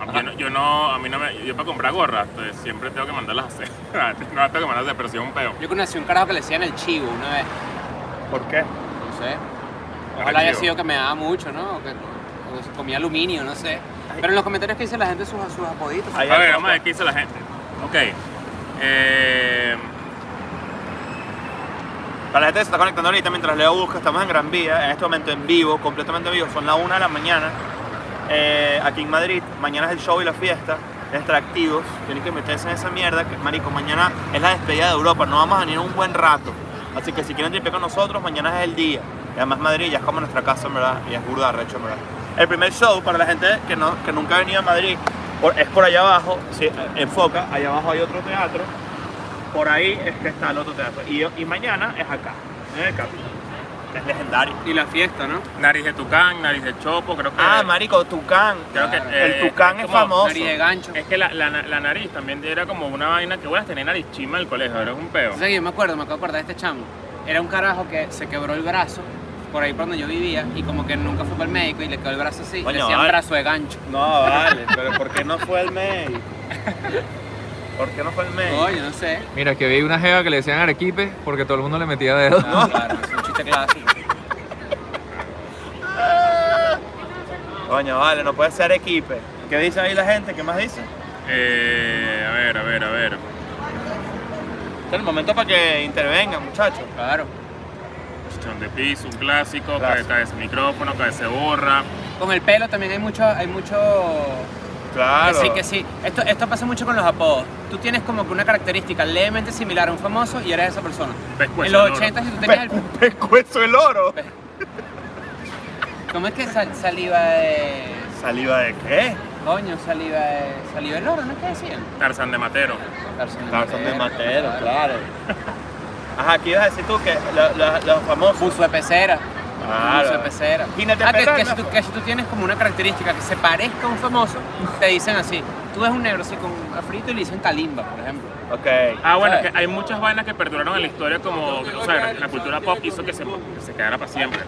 [SPEAKER 2] A mí- Yo no, yo no, a mí no me, yo para comprar gorras, pues, siempre tengo que mandarlas a hacer. *laughs* no las tengo que mandar a hacer, pero sí es un peo.
[SPEAKER 3] Yo conocí un carajo que le decían el chivo una vez.
[SPEAKER 4] ¿Por qué?
[SPEAKER 3] No sé.
[SPEAKER 2] Ajá,
[SPEAKER 3] Ojalá haya
[SPEAKER 2] chivo.
[SPEAKER 3] sido que me daba mucho, ¿no? O que o que comía aluminio, no sé. Pero en los comentarios que dice la gente sus, sus apoditos.
[SPEAKER 4] Ahí
[SPEAKER 2] A
[SPEAKER 4] hay
[SPEAKER 2] ver,
[SPEAKER 4] algo.
[SPEAKER 2] vamos a ver qué dice la gente. Ok. Eh,
[SPEAKER 4] Para la gente que se está conectando ahorita, mientras Leo busca, estamos en Gran Vía, en este momento en vivo, completamente en vivo, son las 1 de la mañana, eh, aquí en Madrid. Mañana es el show y la fiesta, estar activos, tienen que meterse en esa mierda, que marico, mañana es la despedida de Europa, no vamos a venir un buen rato. Así que si quieren tripear con nosotros, mañana es el día. Y además Madrid ya es como nuestra casa, en ¿verdad? Y es burda, recho, en ¿verdad? El primer show, para la gente que, no, que nunca ha venido a Madrid, por- es por allá abajo, sí, eh, enfoca, allá abajo hay otro teatro, por ahí es que está el otro teatro. Y, y mañana es acá, en el Capitol. Es legendario.
[SPEAKER 3] Y la fiesta, ¿no?
[SPEAKER 2] nariz de tucán, nariz de chopo, creo que.
[SPEAKER 4] Ah, marico, Tucán.
[SPEAKER 2] Creo que, eh,
[SPEAKER 4] el Tucán es
[SPEAKER 2] como
[SPEAKER 4] famoso.
[SPEAKER 3] Nariz de gancho.
[SPEAKER 2] Es que la, la na- la nariz también era como una vaina que buenas tener nariz chima del colegio, era un peo.
[SPEAKER 3] Entonces, yo me acuerdo, me acuerdo de acordar de este chamo. Era un carajo que se quebró el brazo por ahí por donde yo vivía y como que nunca fue para el médico y le quedó el brazo así. y
[SPEAKER 4] Coño,
[SPEAKER 3] le hacían
[SPEAKER 4] vale.
[SPEAKER 3] brazo de gancho.
[SPEAKER 4] No, vale, pero ¿por qué no fue el médico? *laughs* ¿Por qué no fue el médico?
[SPEAKER 3] Oye, no sé.
[SPEAKER 5] Mira, que vi una jeva que le decían Arequipe porque todo el mundo le metía dedo. *laughs*
[SPEAKER 3] No, claro, es un chiste clásico.
[SPEAKER 4] Coño, vale, no puede ser equipe. ¿Qué dice ahí la gente? ¿Qué más dice?
[SPEAKER 2] Eh, a ver, a ver, a ver.
[SPEAKER 4] Este es el momento para que intervengan, muchachos.
[SPEAKER 3] Claro.
[SPEAKER 2] Chon de piso, un clásico,
[SPEAKER 4] Clásico.
[SPEAKER 2] cabeza de micrófono, cabeza de borra.
[SPEAKER 3] Con el pelo también hay mucho, hay mucho.
[SPEAKER 4] Claro.
[SPEAKER 3] Que sí,
[SPEAKER 4] *laughs*
[SPEAKER 3] que sí. Esto, esto pasa mucho con los apodos. Tú tienes como que una característica levemente similar a un famoso y eres esa persona.
[SPEAKER 2] Pescuezo,
[SPEAKER 3] en los
[SPEAKER 2] ¿no?
[SPEAKER 3] 80 si tú tenías el.
[SPEAKER 4] Pescuezo el oro.
[SPEAKER 3] ¿Cómo es que sal- saliva de.
[SPEAKER 4] ¿Saliva de qué?
[SPEAKER 3] Coño, saliva de. Saliva del oro, ¿no es que decían?
[SPEAKER 2] Tarzán de Matero.
[SPEAKER 3] Tarzán
[SPEAKER 4] Tarzán de Matero,
[SPEAKER 3] claro.
[SPEAKER 4] claro. Ajá, aquí ibas a decir tú que lo- lo- los famosos.
[SPEAKER 3] Buzo de pecera.
[SPEAKER 4] Claro.
[SPEAKER 3] Buzo de pecera.
[SPEAKER 4] Jinete
[SPEAKER 3] ah, que,
[SPEAKER 4] pelón,
[SPEAKER 3] que
[SPEAKER 4] ¿no?
[SPEAKER 3] si tú, que si tú tienes como una característica que se parezca a un famoso, te dicen así. Tú ves un negro así con un afrito y le dicen talimba, por ejemplo.
[SPEAKER 4] Ok.
[SPEAKER 2] Ah, bueno,
[SPEAKER 3] ¿Sabes?
[SPEAKER 2] que hay muchas vainas que perduraron en la historia, como, o sea, la cultura pop hizo que se, que se quedara para siempre.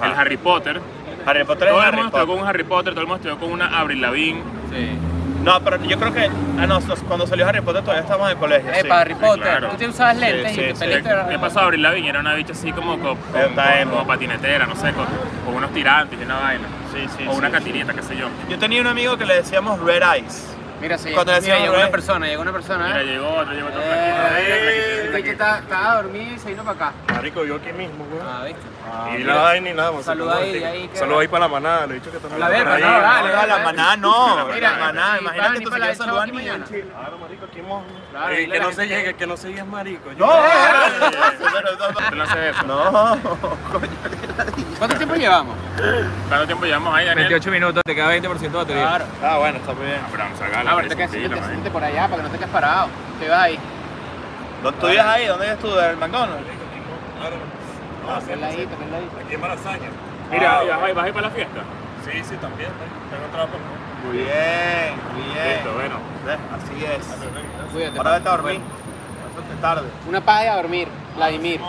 [SPEAKER 4] Ajá.
[SPEAKER 2] El Harry Potter.
[SPEAKER 4] Harry Potter es
[SPEAKER 2] Todo el
[SPEAKER 4] Harry
[SPEAKER 2] mundo estudió
[SPEAKER 4] Potter.
[SPEAKER 2] con un Harry Potter, todo el mundo estudió con una Avril Lavigne.
[SPEAKER 3] Sí.
[SPEAKER 4] No, pero yo creo que a nosotros cuando salió Harry Potter todavía estábamos en el colegio.
[SPEAKER 3] Eh,
[SPEAKER 4] sí.
[SPEAKER 3] para Harry
[SPEAKER 2] sí,
[SPEAKER 3] Potter,
[SPEAKER 2] claro.
[SPEAKER 3] tú te usabas
[SPEAKER 4] Sí,
[SPEAKER 3] lentes
[SPEAKER 4] sí,
[SPEAKER 3] y te
[SPEAKER 4] sí.
[SPEAKER 3] peleaste.
[SPEAKER 2] ¿Qué pasó a Avril Lavigne? Era una bicha así como, co- con-
[SPEAKER 4] Pero está
[SPEAKER 2] con-
[SPEAKER 4] emo.
[SPEAKER 2] como patinetera, no sé, con, con unos tirantes y una vaina.
[SPEAKER 4] Sí, sí,
[SPEAKER 2] o una
[SPEAKER 4] sí,
[SPEAKER 2] catirita, qué sé yo.
[SPEAKER 4] sí. Yo tenía un amigo que le decíamos Red Eyes.
[SPEAKER 3] Mira, sí,
[SPEAKER 4] Cuando
[SPEAKER 3] mira,
[SPEAKER 4] decía,
[SPEAKER 3] llegó
[SPEAKER 4] güey.
[SPEAKER 3] una persona, llegó una
[SPEAKER 4] Ah.
[SPEAKER 3] persona.
[SPEAKER 2] Mira,
[SPEAKER 3] ¿eh?
[SPEAKER 2] llegó otro, llegó otro.
[SPEAKER 3] Eh, este que está- Estaba dormido y se vino para acá.
[SPEAKER 7] Marico, yo aquí mismo, güey.
[SPEAKER 3] Ah, ¿viste?
[SPEAKER 7] y la vaina y nada, más.
[SPEAKER 3] Saluda ahí, ahí, que-
[SPEAKER 7] Saluda ahí para la manada, le he dicho que también.
[SPEAKER 3] La verga,
[SPEAKER 7] para ahí.
[SPEAKER 3] no,
[SPEAKER 4] Ah,
[SPEAKER 3] dale,
[SPEAKER 4] no, la
[SPEAKER 3] dale.
[SPEAKER 4] maná no,
[SPEAKER 2] Mira,
[SPEAKER 4] la maná,
[SPEAKER 3] y
[SPEAKER 4] imagínate
[SPEAKER 3] van y
[SPEAKER 4] tú
[SPEAKER 3] para
[SPEAKER 4] si quieres
[SPEAKER 3] la del
[SPEAKER 4] saludar
[SPEAKER 3] chavo aquí
[SPEAKER 4] ni-
[SPEAKER 3] mañana.
[SPEAKER 7] Claro, marico, aquí hemos.
[SPEAKER 3] Claro,
[SPEAKER 7] Ey,
[SPEAKER 3] Ah, dile
[SPEAKER 7] que
[SPEAKER 3] a la
[SPEAKER 7] no se
[SPEAKER 3] gente.
[SPEAKER 7] llegue, que no se llegue, marico. Yo-
[SPEAKER 3] Eh,
[SPEAKER 4] No,
[SPEAKER 2] Tú no haces eso.
[SPEAKER 4] no,
[SPEAKER 3] ¿Cuánto tiempo llevamos?
[SPEAKER 2] ¿Cuánto tiempo llevamos ahí, Daniel?
[SPEAKER 5] 28 minutos, te queda 20% de batería.
[SPEAKER 3] Claro.
[SPEAKER 4] Ah, bueno, está muy bien.
[SPEAKER 2] Ah, pero vamos a sacarla,
[SPEAKER 3] Ah, pero
[SPEAKER 2] parece
[SPEAKER 3] te quedas
[SPEAKER 2] un
[SPEAKER 3] siéntate,
[SPEAKER 2] tiro,
[SPEAKER 3] siéntate por allá para que no te quedes parado. Te vas ahí.
[SPEAKER 4] ¿Dónde tú vives ahí? ¿Dónde vives tú? ¿Del McDonald's?
[SPEAKER 7] Claro. No,
[SPEAKER 3] Por el ladito, por el ladito.
[SPEAKER 7] Aquí en Marazaña.
[SPEAKER 2] ¿no? Mira, ¿y vas a ir- vas a ir para la fiesta?
[SPEAKER 7] Sí, sí, también. ¿no? Tengo trabajo. ¿no?
[SPEAKER 4] Muy bien, muy
[SPEAKER 3] Eh.
[SPEAKER 4] bien.
[SPEAKER 2] Listo, bueno.
[SPEAKER 4] ¿Ves? Así
[SPEAKER 3] Ah,
[SPEAKER 4] es.
[SPEAKER 3] Cuídate.
[SPEAKER 4] Ahora vete a
[SPEAKER 3] papá.
[SPEAKER 4] dormir. Bastante tarde.
[SPEAKER 3] Una paya a dormir, Vladimir.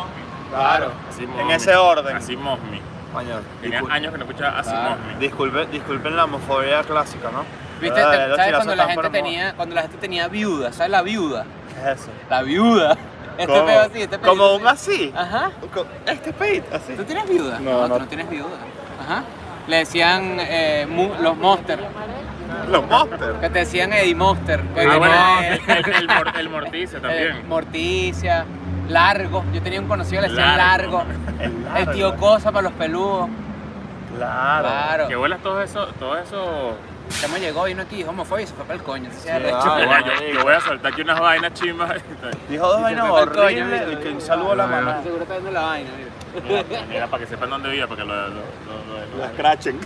[SPEAKER 4] Claro.
[SPEAKER 2] Así
[SPEAKER 4] En
[SPEAKER 2] Mosmi.
[SPEAKER 4] ese orden.
[SPEAKER 2] Así Mosmi.
[SPEAKER 4] Coño,
[SPEAKER 2] Tenía
[SPEAKER 4] discul-
[SPEAKER 2] años que no escuchaba así
[SPEAKER 3] Claro.
[SPEAKER 2] Mosmi.
[SPEAKER 4] Disculpen, disculpen la homofobia clásica, ¿no?
[SPEAKER 3] ¿Viste?
[SPEAKER 4] Ah,
[SPEAKER 3] Te-
[SPEAKER 4] los chirazos
[SPEAKER 3] ¿Sabes cuando la
[SPEAKER 4] están
[SPEAKER 3] gente
[SPEAKER 4] por amor.
[SPEAKER 3] tenía, cuando la gente tenía viuda? ¿Sabes la viuda?
[SPEAKER 4] ¿Qué es eso?
[SPEAKER 3] La viuda. *laughs* Este
[SPEAKER 4] ¿Cómo?
[SPEAKER 3] pedo así, este pedo.
[SPEAKER 4] Como un así.
[SPEAKER 3] Ajá.
[SPEAKER 4] Co- Este pedito, así.
[SPEAKER 3] ¿Tú tienes viuda?
[SPEAKER 4] No,
[SPEAKER 3] tú
[SPEAKER 4] no.
[SPEAKER 3] no tienes viuda. Ajá. Le decían eh, mu- los Monster,
[SPEAKER 4] Los monsters.
[SPEAKER 3] que te decían Eddie Monster. que
[SPEAKER 2] Ah,
[SPEAKER 3] era
[SPEAKER 2] bueno,
[SPEAKER 3] el-
[SPEAKER 2] el, el, mor- el morticia
[SPEAKER 3] *laughs* eh,
[SPEAKER 2] también.
[SPEAKER 3] Morticia, Largo. Yo tenía un conocido que le decían
[SPEAKER 2] Largo.
[SPEAKER 3] Largo.
[SPEAKER 4] El,
[SPEAKER 3] El tío Cosa para los peludos.
[SPEAKER 4] Claro.
[SPEAKER 3] Claro.
[SPEAKER 2] Que vuelas todos esos... Todos esos...
[SPEAKER 3] Chamo llegó, vino aquí, dijo homofobia y se fue para el coño. Entonces,
[SPEAKER 4] Sí,
[SPEAKER 3] arrecho.
[SPEAKER 4] Ah,
[SPEAKER 2] Mira,
[SPEAKER 4] bueno,
[SPEAKER 2] yo,
[SPEAKER 4] ahí.
[SPEAKER 2] yo voy a soltar aquí unas vainas chimas.
[SPEAKER 4] Dijo dos vainas
[SPEAKER 3] fue pa'l coño, Ah.
[SPEAKER 4] horribles.
[SPEAKER 3] mira,
[SPEAKER 4] y que
[SPEAKER 3] mira.
[SPEAKER 4] un saludo a la mamá.
[SPEAKER 3] Seguro está viendo la vaina, mira.
[SPEAKER 2] *laughs* Mira, mira, para que sepan dónde vive, para que lo... lo, lo- lo- lo-
[SPEAKER 4] La crachen.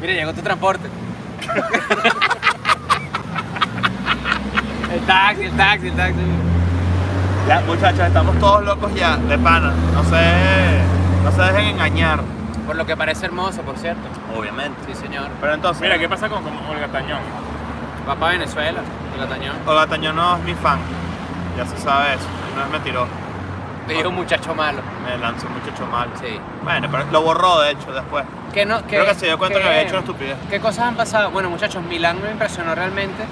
[SPEAKER 3] Mira, llegó
[SPEAKER 4] *laughs*
[SPEAKER 3] tu transporte. el taxi, el taxi, el taxi.
[SPEAKER 4] Ya, muchachos, estamos todos locos ya, de pana. No se, no se dejen engañar.
[SPEAKER 3] Por lo que parece hermoso, por cierto.
[SPEAKER 4] Obviamente.
[SPEAKER 3] Sí, señor.
[SPEAKER 4] Pero entonces.
[SPEAKER 2] Mira, ¿qué pasa con, con Olga Tañón?
[SPEAKER 3] Va para Venezuela, el atañón.
[SPEAKER 4] Hola, Tañón no es mi fan. Ya se sabe eso. Una vez me tiró.
[SPEAKER 3] Te digo muchacho malo.
[SPEAKER 4] Me lanzó un muchacho mal.
[SPEAKER 3] Sí.
[SPEAKER 4] Bueno, pero lo borró de hecho después.
[SPEAKER 3] Que no,
[SPEAKER 4] Creo que se dio cuenta que, había hecho una estupidez.
[SPEAKER 3] ¿Qué cosas han pasado? Bueno, muchachos, Milán me impresionó realmente.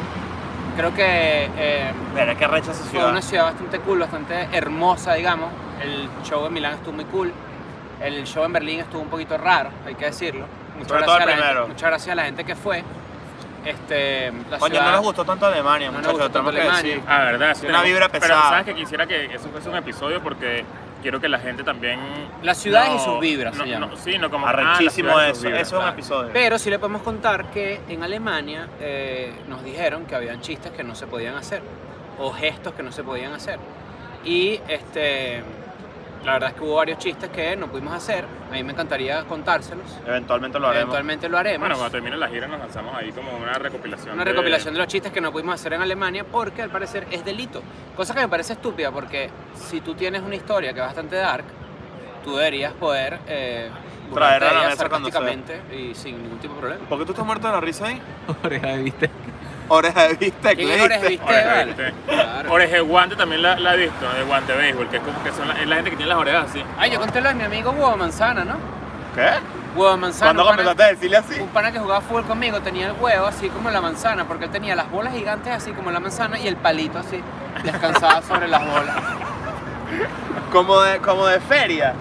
[SPEAKER 3] Creo que eh,
[SPEAKER 4] Mira, qué recha esa
[SPEAKER 3] fue
[SPEAKER 4] ciudad.
[SPEAKER 3] una ciudad bastante cool, bastante hermosa, digamos. El show en Milán estuvo muy cool. El show en Berlín estuvo un poquito raro, hay que decirlo. Muchas,
[SPEAKER 4] Sobre
[SPEAKER 3] gracias,
[SPEAKER 4] todo el
[SPEAKER 3] a la gente,
[SPEAKER 4] primero.
[SPEAKER 3] muchas gracias a la gente que fue. Este, la
[SPEAKER 4] Coño,
[SPEAKER 3] ciudad-
[SPEAKER 4] no les gustó tanto Alemania,
[SPEAKER 3] No nos
[SPEAKER 4] muchachos,
[SPEAKER 3] gustó
[SPEAKER 4] tenemos
[SPEAKER 3] tanto
[SPEAKER 4] que
[SPEAKER 3] Alemania.
[SPEAKER 4] decir.
[SPEAKER 2] Ah, verdad. sí
[SPEAKER 4] Una
[SPEAKER 2] tenemos-
[SPEAKER 4] vibra pesada.
[SPEAKER 2] Pero sabes que quisiera que eso fuese un episodio porque quiero que la gente también.
[SPEAKER 3] Las ciudades y sus vibras,
[SPEAKER 2] no,
[SPEAKER 3] se llama.
[SPEAKER 2] no, sí, no como. ah, las
[SPEAKER 4] Arrechísimo
[SPEAKER 2] ciudades y sus
[SPEAKER 4] eso.
[SPEAKER 2] vibras,
[SPEAKER 4] Eso es un
[SPEAKER 2] claro.
[SPEAKER 4] episodio.
[SPEAKER 3] Pero sí le podemos contar que en Alemania eh, nos dijeron que habían chistes que no se podían hacer o gestos que no se podían hacer. Y este, la verdad es que hubo varios chistes que no pudimos hacer. A mí me encantaría contárselos.
[SPEAKER 4] Eventualmente lo haremos.
[SPEAKER 3] Eventualmente lo haremos.
[SPEAKER 2] Bueno, cuando termine la gira nos lanzamos ahí como una recopilación.
[SPEAKER 3] Una
[SPEAKER 2] de-
[SPEAKER 3] recopilación de los chistes que no pudimos hacer en Alemania porque al parecer es delito. Cosa que me parece estúpida porque si tú tienes una historia que es bastante dark, tú deberías poder eh, burlarte de
[SPEAKER 4] a la
[SPEAKER 3] ella
[SPEAKER 4] mesa cuando sea.
[SPEAKER 3] sarcásticamente y sin ningún tipo de problema.
[SPEAKER 4] ¿Por qué tú estás muerto de la risa
[SPEAKER 3] *laughs*
[SPEAKER 4] ahí?
[SPEAKER 5] Oreja de viste.
[SPEAKER 4] Oreja de *laughs* vista,
[SPEAKER 3] ¿Quién es Oreja de
[SPEAKER 4] ¿leíste?
[SPEAKER 3] Viste?
[SPEAKER 2] Oreja de
[SPEAKER 3] vale.
[SPEAKER 2] viste.
[SPEAKER 3] Claro.
[SPEAKER 2] Oreja de guante también la, la he visto, de guante de béisbol, que es como que son la, es la gente que tiene las orejas así.
[SPEAKER 3] Ay, yo conté lo de mi amigo Hugo Manzana, ¿no?
[SPEAKER 4] ¿Qué?
[SPEAKER 3] Huevo Manzana.
[SPEAKER 4] ¿Cuándo
[SPEAKER 3] Un pana,
[SPEAKER 4] comenzaste a decirle así?
[SPEAKER 3] un pana que jugaba fútbol conmigo tenía el huevo así como la manzana, porque él tenía las bolas gigantes así como la manzana y el palito así, descansaba sobre las
[SPEAKER 4] *laughs*
[SPEAKER 3] bolas.
[SPEAKER 4] Como de, como de feria.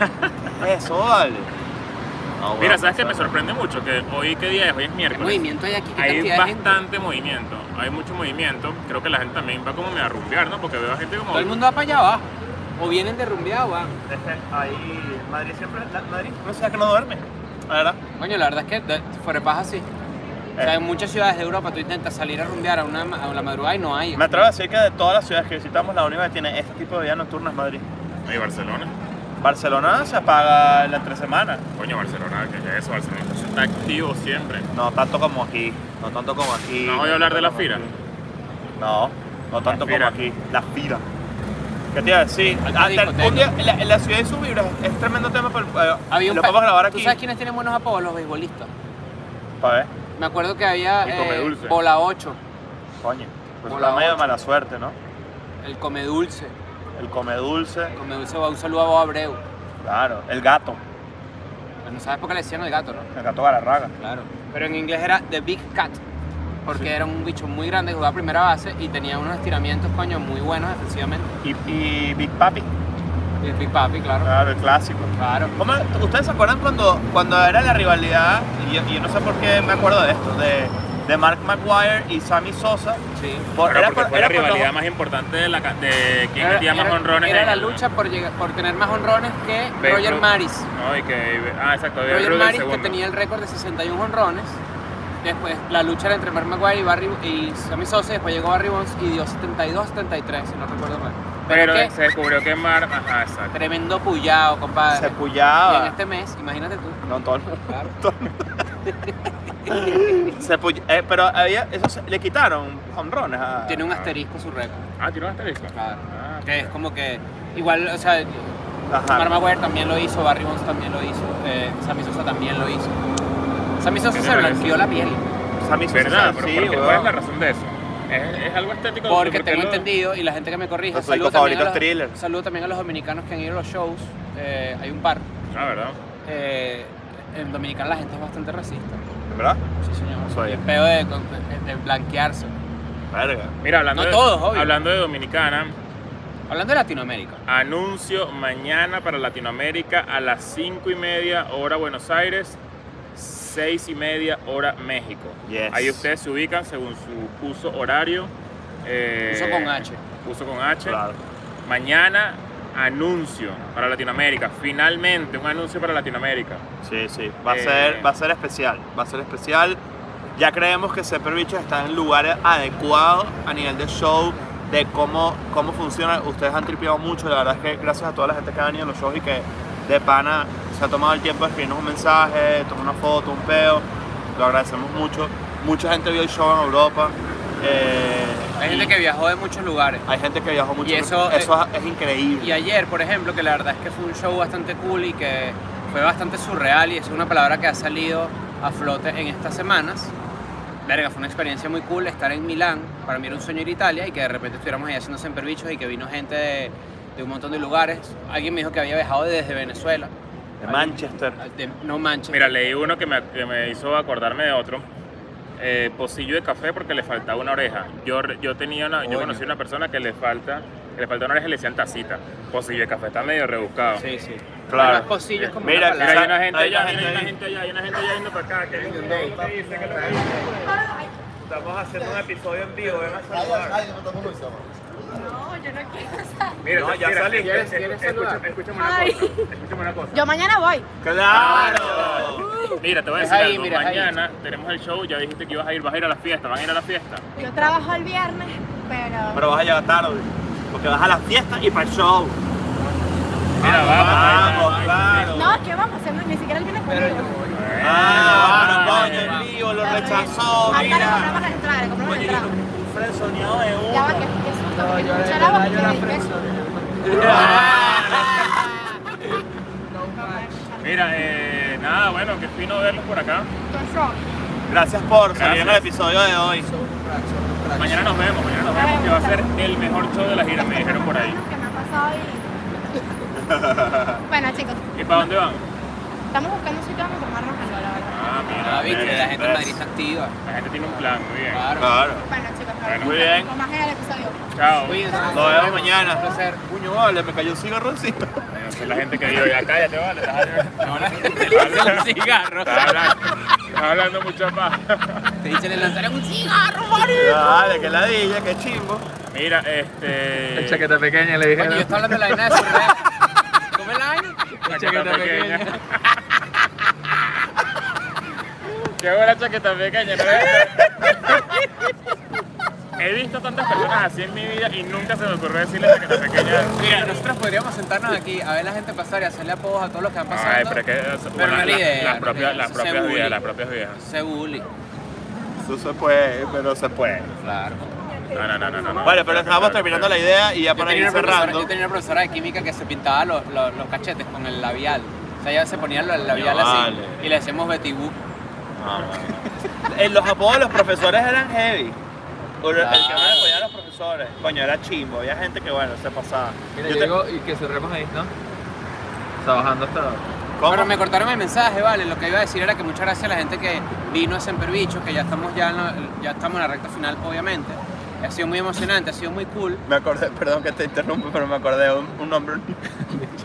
[SPEAKER 3] Ajá.
[SPEAKER 4] Eso vale.
[SPEAKER 3] Ah,
[SPEAKER 4] No,
[SPEAKER 2] Mira,
[SPEAKER 4] bueno,
[SPEAKER 2] ¿sabes qué? Me
[SPEAKER 4] pues,
[SPEAKER 2] sorprende mucho que hoy, ¿qué día es? Hoy es
[SPEAKER 3] ¿Qué
[SPEAKER 2] miércoles.
[SPEAKER 3] movimiento hay aquí? ¿Qué
[SPEAKER 2] Hay
[SPEAKER 3] cantidad de gente?
[SPEAKER 2] bastante movimiento, hay mucho movimiento. Creo que la gente también va como me a rumbear, ¿no? Porque veo a gente como.
[SPEAKER 3] Todo el mundo va para allá abajo. O vienen de rumbeado, va.
[SPEAKER 4] este, Ahí, en Madrid siempre, la- Madrid, no sé, que no duerme. La verdad.
[SPEAKER 3] Coño, la verdad es que de- fuera de paja así. O
[SPEAKER 4] Eh.
[SPEAKER 3] sea, en muchas ciudades de Europa tú intentas salir a rumbear a una, a la madrugada y no hay.
[SPEAKER 4] Me atrevo a decir que de todas las ciudades que visitamos, la única que tiene este tipo de vida nocturna es Madrid.
[SPEAKER 2] Y Barcelona.
[SPEAKER 4] Barcelona se apaga la entre semana.
[SPEAKER 2] Coño, Barcelona, ¿qué es eso? Barcelona está activo siempre.
[SPEAKER 4] No tanto como aquí. No tanto como aquí.
[SPEAKER 2] No voy a hablar de la fira.
[SPEAKER 4] No, no tanto como
[SPEAKER 2] fira.
[SPEAKER 4] aquí. La fira. ¿Qué te iba a decir?
[SPEAKER 3] Alta
[SPEAKER 4] Ah, tal-
[SPEAKER 3] discoteca.
[SPEAKER 4] un día, la, la ciudad de sus vibras es tremendo tema, pero eh,
[SPEAKER 3] Había un
[SPEAKER 4] lo
[SPEAKER 3] pa-
[SPEAKER 4] podemos grabar
[SPEAKER 3] ¿Tú
[SPEAKER 4] aquí.
[SPEAKER 3] sabes quiénes tienen buenos apodos? Los beisbolistas.
[SPEAKER 4] Pa' ver.
[SPEAKER 3] Me acuerdo que había eh,
[SPEAKER 2] El come dulce.
[SPEAKER 3] Bola 8,
[SPEAKER 4] Coño, pues
[SPEAKER 3] Hola,
[SPEAKER 4] está medio
[SPEAKER 3] ocho.
[SPEAKER 4] mala suerte, ¿no?
[SPEAKER 3] el Come Dulce.
[SPEAKER 4] El come dulce,
[SPEAKER 3] El Come Dulce va un saludo a Bob Abreu.
[SPEAKER 4] claro. El gato,
[SPEAKER 3] Pero no sabes por qué le decían el gato, ¿no?
[SPEAKER 4] el gato gararraga.
[SPEAKER 3] Claro. Pero en inglés era The Big Cat, porque era un bicho muy grande, jugaba a primera base y tenía unos estiramientos, coño, muy buenos defensivamente.
[SPEAKER 4] Y, y Big Papi,
[SPEAKER 3] Y el Big Papi, claro.
[SPEAKER 4] claro, el clásico.
[SPEAKER 3] Claro.
[SPEAKER 4] ¿Cómo- ¿Ustedes se acuerdan cuando, cuando era la rivalidad? Y yo, y yo no sé por qué me acuerdo de esto, de, de Mark McGuire y Sammy Sosa.
[SPEAKER 3] Sí.
[SPEAKER 4] Por-
[SPEAKER 2] Claro, porque
[SPEAKER 4] por-
[SPEAKER 2] fue la
[SPEAKER 4] por los-
[SPEAKER 2] rivalidad más importante de, la, ca- de quién metía más
[SPEAKER 3] era-
[SPEAKER 2] honrones.
[SPEAKER 3] Era
[SPEAKER 2] en
[SPEAKER 3] la
[SPEAKER 2] el-
[SPEAKER 3] lucha por, llegar- por tener más honrones que
[SPEAKER 2] Babe
[SPEAKER 3] Roger
[SPEAKER 2] Ruth.
[SPEAKER 3] Maris.
[SPEAKER 2] No, y que. Ah, exacto. Babe
[SPEAKER 3] Roger
[SPEAKER 2] Ruth el
[SPEAKER 3] Maris, que
[SPEAKER 2] segundo.
[SPEAKER 3] tenía el récord de 61 honrones. Después la lucha era entre Mark McGuire y, Barry, y Sammy Sosa. Después llegó Barry Bonds y dio 72-73, si no recuerdo mal.
[SPEAKER 2] Pero
[SPEAKER 3] qué
[SPEAKER 2] se descubrió que Mar. Ajá, exacto.
[SPEAKER 3] tremendo pullado, compadre.
[SPEAKER 4] Se
[SPEAKER 3] y en
[SPEAKER 4] pullaba.
[SPEAKER 3] este mes, imagínate tú.
[SPEAKER 4] No, todo el mundo. *laughs*
[SPEAKER 3] Claro.
[SPEAKER 4] Se pull- eh, pero había, eso se- le quitaron honrones a.
[SPEAKER 3] Tiene un asterisco su récord.
[SPEAKER 2] Ah, tiró un asterisco.
[SPEAKER 3] Claro.
[SPEAKER 2] Ah,
[SPEAKER 3] Que es como que. Igual, o sea,
[SPEAKER 4] Ajá.
[SPEAKER 3] Mark McGuire también lo hizo, Barry Bonds también lo hizo, eh, Sammy Sosa también lo hizo. Sammy Sosa
[SPEAKER 2] ¿Qué te
[SPEAKER 3] se
[SPEAKER 2] parece?
[SPEAKER 3] blanqueó la piel.
[SPEAKER 4] Sammy Sosa,
[SPEAKER 2] ¿Verdad?
[SPEAKER 4] sí,
[SPEAKER 2] pero ¿por qué?
[SPEAKER 4] weón.
[SPEAKER 2] ¿Cuál es la razón de eso? ¿Es, es algo estético?
[SPEAKER 3] Porque
[SPEAKER 2] ¿Por qué
[SPEAKER 3] tengo
[SPEAKER 2] lo-
[SPEAKER 3] entendido, y la gente que me corrige,
[SPEAKER 4] Los
[SPEAKER 3] saludo
[SPEAKER 4] psicos
[SPEAKER 3] también, a
[SPEAKER 4] favoritos
[SPEAKER 3] los,
[SPEAKER 4] thriller.
[SPEAKER 3] saludo también a los dominicanos que han ido a los shows, eh, hay un par.
[SPEAKER 2] Ah, ¿verdad?
[SPEAKER 3] Eh, en Dominicana la gente es bastante racista.
[SPEAKER 4] ¿Verdad?
[SPEAKER 3] Sí, señor.
[SPEAKER 4] Soy.
[SPEAKER 3] Y el peo de, de- de blanquearse.
[SPEAKER 4] Verga.
[SPEAKER 2] Mira, hablando,
[SPEAKER 3] No
[SPEAKER 2] de,
[SPEAKER 3] todos, obvio.
[SPEAKER 2] hablando de Dominicana,
[SPEAKER 3] Hablando de Latinoamérica,
[SPEAKER 2] anuncio mañana para Latinoamérica a las 5 y media hora Buenos Aires, 6 y media hora México.
[SPEAKER 4] Yes.
[SPEAKER 2] Ahí ustedes se ubican según su uso horario. eh,
[SPEAKER 3] uso con H.
[SPEAKER 2] Uso con H.
[SPEAKER 4] Claro.
[SPEAKER 2] Mañana anuncio para Latinoamérica. Finalmente un anuncio para Latinoamérica.
[SPEAKER 4] Sí, sí. Va a,
[SPEAKER 2] Eh.
[SPEAKER 4] ser, va a ser especial. Va a ser especial. Ya creemos que Seper Bichos está en lugares adecuados a nivel de show, de cómo, cómo funciona. Ustedes han tripeado mucho. La verdad es que gracias a toda la gente que ha venido a los shows y que de pana se ha tomado el tiempo de escribirnos un mensaje, tomar una foto, un peo. Lo agradecemos mucho. Mucha gente vio el show en Europa. eh,
[SPEAKER 3] Hay
[SPEAKER 4] y
[SPEAKER 3] gente que viajó de muchos lugares.
[SPEAKER 4] hay gente que viajó mucho.
[SPEAKER 3] Y eso, eh,
[SPEAKER 4] es, es increíble.
[SPEAKER 3] Y ayer, por ejemplo, que la verdad es que fue un show bastante cool y que fue bastante surreal y es una palabra que ha salido a flote en estas semanas. verga, fue una experiencia muy cool estar en Milán. Para mí era un sueño ir a Italia y que de repente estuviéramos ahí haciendo Semperbichos y que vino gente de, de un montón de lugares. Alguien me dijo que había viajado desde Venezuela.
[SPEAKER 4] De Manchester.
[SPEAKER 3] De- no manches.
[SPEAKER 2] Mira, leí uno que me, que me hizo acordarme de otro. Eh, pocillo de café porque le faltaba una oreja. Yo, re- yo tenía una, yo
[SPEAKER 3] Coño.
[SPEAKER 2] conocí a una persona que le falta, que le falta una oreja y le decían tacita. Pocillo de café está medio rebuscado.
[SPEAKER 3] Sí, sí.
[SPEAKER 4] Claro.
[SPEAKER 3] Además, pocillo es como
[SPEAKER 4] Mira,
[SPEAKER 3] una
[SPEAKER 2] Mira,
[SPEAKER 3] palabra.
[SPEAKER 2] hay una gente
[SPEAKER 4] Hay
[SPEAKER 2] allá,
[SPEAKER 4] una gente
[SPEAKER 2] mira, hay una
[SPEAKER 4] ahí.
[SPEAKER 2] gente allá, hay una gente allá yendo para acá. que-
[SPEAKER 7] Estamos haciendo un episodio en vivo, ven a saludar.
[SPEAKER 2] Mira,
[SPEAKER 7] No, ya
[SPEAKER 2] mira,
[SPEAKER 7] salí.
[SPEAKER 2] escucha-
[SPEAKER 7] ¿Quieres-
[SPEAKER 2] Escúchame, escúchame una
[SPEAKER 1] Ay.
[SPEAKER 2] cosa. Escúchame una cosa.
[SPEAKER 1] Yo mañana voy.
[SPEAKER 4] ¡Claro!
[SPEAKER 2] Mira, te voy a
[SPEAKER 3] Es
[SPEAKER 2] decir
[SPEAKER 3] ahí,
[SPEAKER 2] algo.
[SPEAKER 3] mira, es ahí.
[SPEAKER 2] Mañana tenemos el show, ya dijiste que ibas a ir, vas a ir a la fiesta, van a ir a la fiesta.
[SPEAKER 1] Yo trabajo el viernes, pero.
[SPEAKER 4] Pero vas a llegar tarde. Porque vas a la fiesta y para el show.
[SPEAKER 3] Ah,
[SPEAKER 2] Mira,
[SPEAKER 4] Vamos,
[SPEAKER 2] vamos.
[SPEAKER 4] claro.
[SPEAKER 1] No, ¿qué vamos a hacer? Ni siquiera el viernes conmigo.
[SPEAKER 4] Ah, bueno, coño, el lío lo
[SPEAKER 1] Ya,
[SPEAKER 4] rechazó,
[SPEAKER 1] Ahorita le
[SPEAKER 4] mira.
[SPEAKER 1] compramos la entrada, le compramos la entrada.
[SPEAKER 7] Un frenzoneado de
[SPEAKER 1] Ya va, que que susto, porque escuché la voz que dije,
[SPEAKER 3] *laughs*
[SPEAKER 2] Mira, eh, nada, bueno, qué fino verlos por acá.
[SPEAKER 1] "Don't rock".
[SPEAKER 4] Gracias por salir en el
[SPEAKER 2] Gracias.
[SPEAKER 4] episodio de hoy.
[SPEAKER 2] Mañana nos vemos, mañana nos vemos, que va a ser el mejor show de la gira, me dijeron por ahí.
[SPEAKER 1] Que me ha pasado y- Bueno, chicos,
[SPEAKER 2] ¿Y para dónde van?
[SPEAKER 1] estamos buscando un sitio donde tomarnos algo, la verdad.
[SPEAKER 2] Ah, mira.
[SPEAKER 3] Ah, viste,
[SPEAKER 2] bien.
[SPEAKER 3] la gente en Madrid está Ah, activa.
[SPEAKER 2] La gente tiene un plan, muy bien.
[SPEAKER 3] Claro.
[SPEAKER 4] Claro.
[SPEAKER 1] Bueno, chicos, nos
[SPEAKER 2] Bueno,
[SPEAKER 1] vemos
[SPEAKER 2] muy
[SPEAKER 4] bien.
[SPEAKER 1] con más en el episodio.
[SPEAKER 2] Chao.
[SPEAKER 3] Cuídense.
[SPEAKER 4] Nos vemos mañana.
[SPEAKER 3] Un placer.
[SPEAKER 4] Puño, vale, me cayó un cigarroncito.
[SPEAKER 2] Ay, no sé la gente que vive acá, cállate, vale. Estás hablando- *laughs*
[SPEAKER 3] Ahora *laughs* te lanzan un cigarro.
[SPEAKER 2] estás hablando, estás hablando mucha paz.
[SPEAKER 3] Te dice, le lanzaron un cigarro, Mari.
[SPEAKER 4] Dale, que ladilla, que chimbo.
[SPEAKER 2] Mira, este...
[SPEAKER 5] El chaqueta pequeña le dije.
[SPEAKER 3] Coño, yo estaba hablando de la vaina de su red. ¿Cómo es la vaina?
[SPEAKER 5] La
[SPEAKER 2] chaqueta
[SPEAKER 5] chaqueta
[SPEAKER 2] pequeña.
[SPEAKER 5] pequeña.
[SPEAKER 2] *laughs* Qué buena chaqueta pequeña, ¿no? He visto tantas personas así en mi vida y nunca se me ocurrió decirle chaqueta pequeña.
[SPEAKER 3] Mira, nosotros podríamos sentarnos aquí a ver la gente pasar y hacerle apodos a todos los que van pasando.
[SPEAKER 2] Ay, pero es que eso-
[SPEAKER 3] Pero no es la
[SPEAKER 2] las-
[SPEAKER 3] idea,
[SPEAKER 2] las
[SPEAKER 3] no
[SPEAKER 2] propias,
[SPEAKER 3] es-
[SPEAKER 2] las
[SPEAKER 3] eso se
[SPEAKER 2] propias vidas,
[SPEAKER 3] bullying.
[SPEAKER 2] las propias vidas.
[SPEAKER 3] Se bully.
[SPEAKER 4] Eso se puede, pero se puede.
[SPEAKER 3] Claro.
[SPEAKER 2] No, no, no, no, no, no.
[SPEAKER 4] Vale, pero estábamos terminando la idea y ya
[SPEAKER 3] Yo
[SPEAKER 4] para
[SPEAKER 3] tenía,
[SPEAKER 4] ir
[SPEAKER 3] una profesora,
[SPEAKER 4] cerrando.
[SPEAKER 3] yo tenía una profesora de química que se pintaba los, los, los cachetes con el labial. O sea, ella se ponía el labial así
[SPEAKER 4] Vale.
[SPEAKER 3] y le decíamos Betty Boop.
[SPEAKER 4] En Eh, los apodos de los profesores eran heavy. O El el que
[SPEAKER 3] Claro.
[SPEAKER 4] más apoyaba a los profesores. Coño, era chimbo. Había gente que, bueno, se pasaba.
[SPEAKER 5] Mira,
[SPEAKER 4] Yo te-
[SPEAKER 5] llegó y que cerremos ahí, ¿no? Está bajando hasta.
[SPEAKER 3] Pero
[SPEAKER 4] ¿Cómo?
[SPEAKER 3] me cortaron el mensaje, vale. Lo que iba a decir era que muchas gracias a la gente que vino a Semperbicho, que ya estamos ya en, la, ya estamos en la recta final, obviamente. Ha sido muy emocionante, ha sido muy cool.
[SPEAKER 4] Me acordé, perdón que te interrumpo, pero me acordé de un, un *laughs* nombre.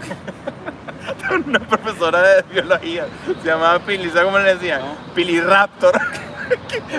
[SPEAKER 4] de una profesora de biología. Se llamaba Pili, ¿sabes cómo le decían?
[SPEAKER 3] No.
[SPEAKER 4] Pili Raptor.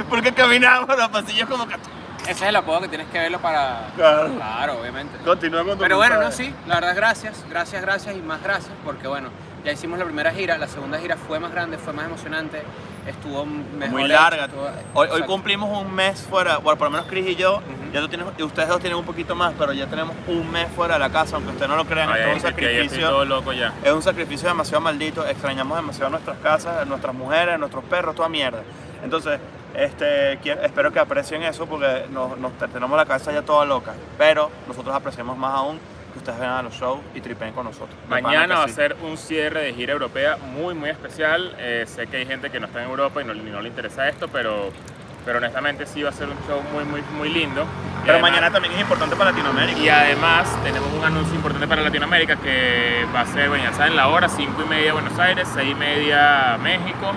[SPEAKER 4] *laughs* Porque caminaba por los pasillos como que.
[SPEAKER 3] Ese es el apodo que tienes que verlo para.
[SPEAKER 4] Claro.
[SPEAKER 3] Claro, obviamente.
[SPEAKER 4] Continúa con tu
[SPEAKER 3] Pero bueno, no,
[SPEAKER 4] mensaje.
[SPEAKER 3] sí, la verdad, gracias, gracias, gracias y más gracias, porque bueno, ya hicimos la primera gira, la segunda gira fue más grande, fue más emocionante, estuvo mejor.
[SPEAKER 4] Muy
[SPEAKER 3] hecha,
[SPEAKER 4] larga.
[SPEAKER 3] estuvo-
[SPEAKER 4] Hoy, hoy
[SPEAKER 3] exacto.
[SPEAKER 4] cumplimos un mes fuera, bueno, por lo menos Chris y yo,
[SPEAKER 3] Ujú.
[SPEAKER 4] ya tú tienes, y ustedes dos tienen un poquito más, pero ya tenemos un mes fuera de la casa, aunque ustedes no lo crean,
[SPEAKER 2] Ay,
[SPEAKER 4] es todo un
[SPEAKER 2] ay, que ya estoy
[SPEAKER 4] sacrificio.
[SPEAKER 2] todo loco ya.
[SPEAKER 4] Es un sacrificio demasiado maldito, extrañamos demasiado nuestras casas, nuestras mujeres, nuestros perros, toda mierda. Entonces, este, qui- espero que aprecien eso porque nos, nos- tenemos la casa ya toda loca, pero nosotros apreciamos más aún que ustedes vengan a los shows y tripen con nosotros. De pana que
[SPEAKER 2] Mañana va a
[SPEAKER 4] sí.
[SPEAKER 2] ser un cierre de gira europea muy, muy especial. Eh, sé que hay gente que no está en Europa y no, y no le interesa esto, pero, pero honestamente sí va a ser un show muy, muy, muy lindo. Y
[SPEAKER 4] Pero
[SPEAKER 2] además-
[SPEAKER 4] mañana también es importante para Latinoamérica.
[SPEAKER 2] Y además tenemos un anuncio importante para Latinoamérica que va a ser, bueno, ya saben, la hora, 5 y media Buenos Aires, 6 y media México.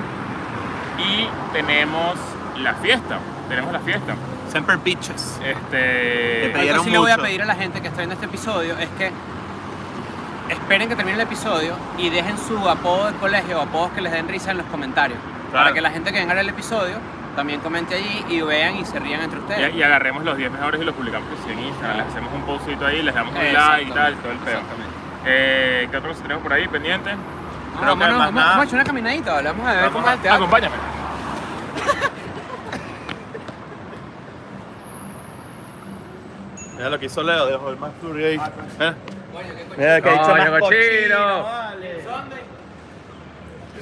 [SPEAKER 2] Y tenemos la fiesta, tenemos la fiesta.
[SPEAKER 4] Siempre bitches.
[SPEAKER 2] Este,
[SPEAKER 4] pedí-
[SPEAKER 3] Algo
[SPEAKER 4] Pidieron
[SPEAKER 3] sí le voy a
[SPEAKER 4] mucho.
[SPEAKER 3] pedir a la gente que está viendo este episodio es que esperen que termine el episodio y dejen su apodo de colegio o apodos que les den risa en los comentarios. Para que la gente que venga al episodio también comente allí y vean y se rían entre ustedes.
[SPEAKER 2] y, y agarremos los 10 mejores y los publicamos pues, en Instagram, les hacemos un postito ahí, les damos un like y
[SPEAKER 3] Exactamente,
[SPEAKER 2] tal, todo el pedo.
[SPEAKER 3] exactamente.
[SPEAKER 2] Eh, ¿Qué otros tenemos por ahí pendiente?
[SPEAKER 3] Ah,
[SPEAKER 4] Creo que
[SPEAKER 3] vámonos,
[SPEAKER 4] más
[SPEAKER 3] vamos,
[SPEAKER 4] nada.
[SPEAKER 3] vamos a echar una caminadita, ¿vale? Vamos a ver cómo es el teatro.
[SPEAKER 2] acompáñame.
[SPEAKER 4] Mira lo que hizo Leo, dejó el más fluido ahí. ¿Eh? Mira.
[SPEAKER 3] Coño, qué coño.
[SPEAKER 4] Mira que ha hecho
[SPEAKER 5] Coño,
[SPEAKER 4] más
[SPEAKER 5] cochino.
[SPEAKER 4] cochino, vale. Sonda y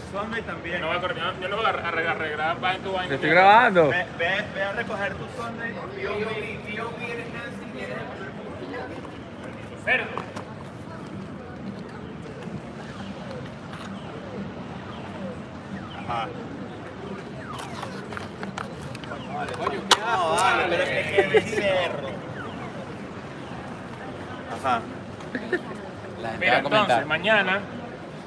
[SPEAKER 2] Yo
[SPEAKER 4] también.
[SPEAKER 2] no voy a correr, yo no- yo no voy a arreglar, arreglar va en tu baño.
[SPEAKER 5] Te estoy grabando.
[SPEAKER 4] Ve, ve, ve a recoger tu sonda y
[SPEAKER 2] Cero.
[SPEAKER 4] Ajá. Ah, becerro. Ajá.
[SPEAKER 8] La gente va
[SPEAKER 2] Mira,
[SPEAKER 8] a comentar.
[SPEAKER 2] entonces mañana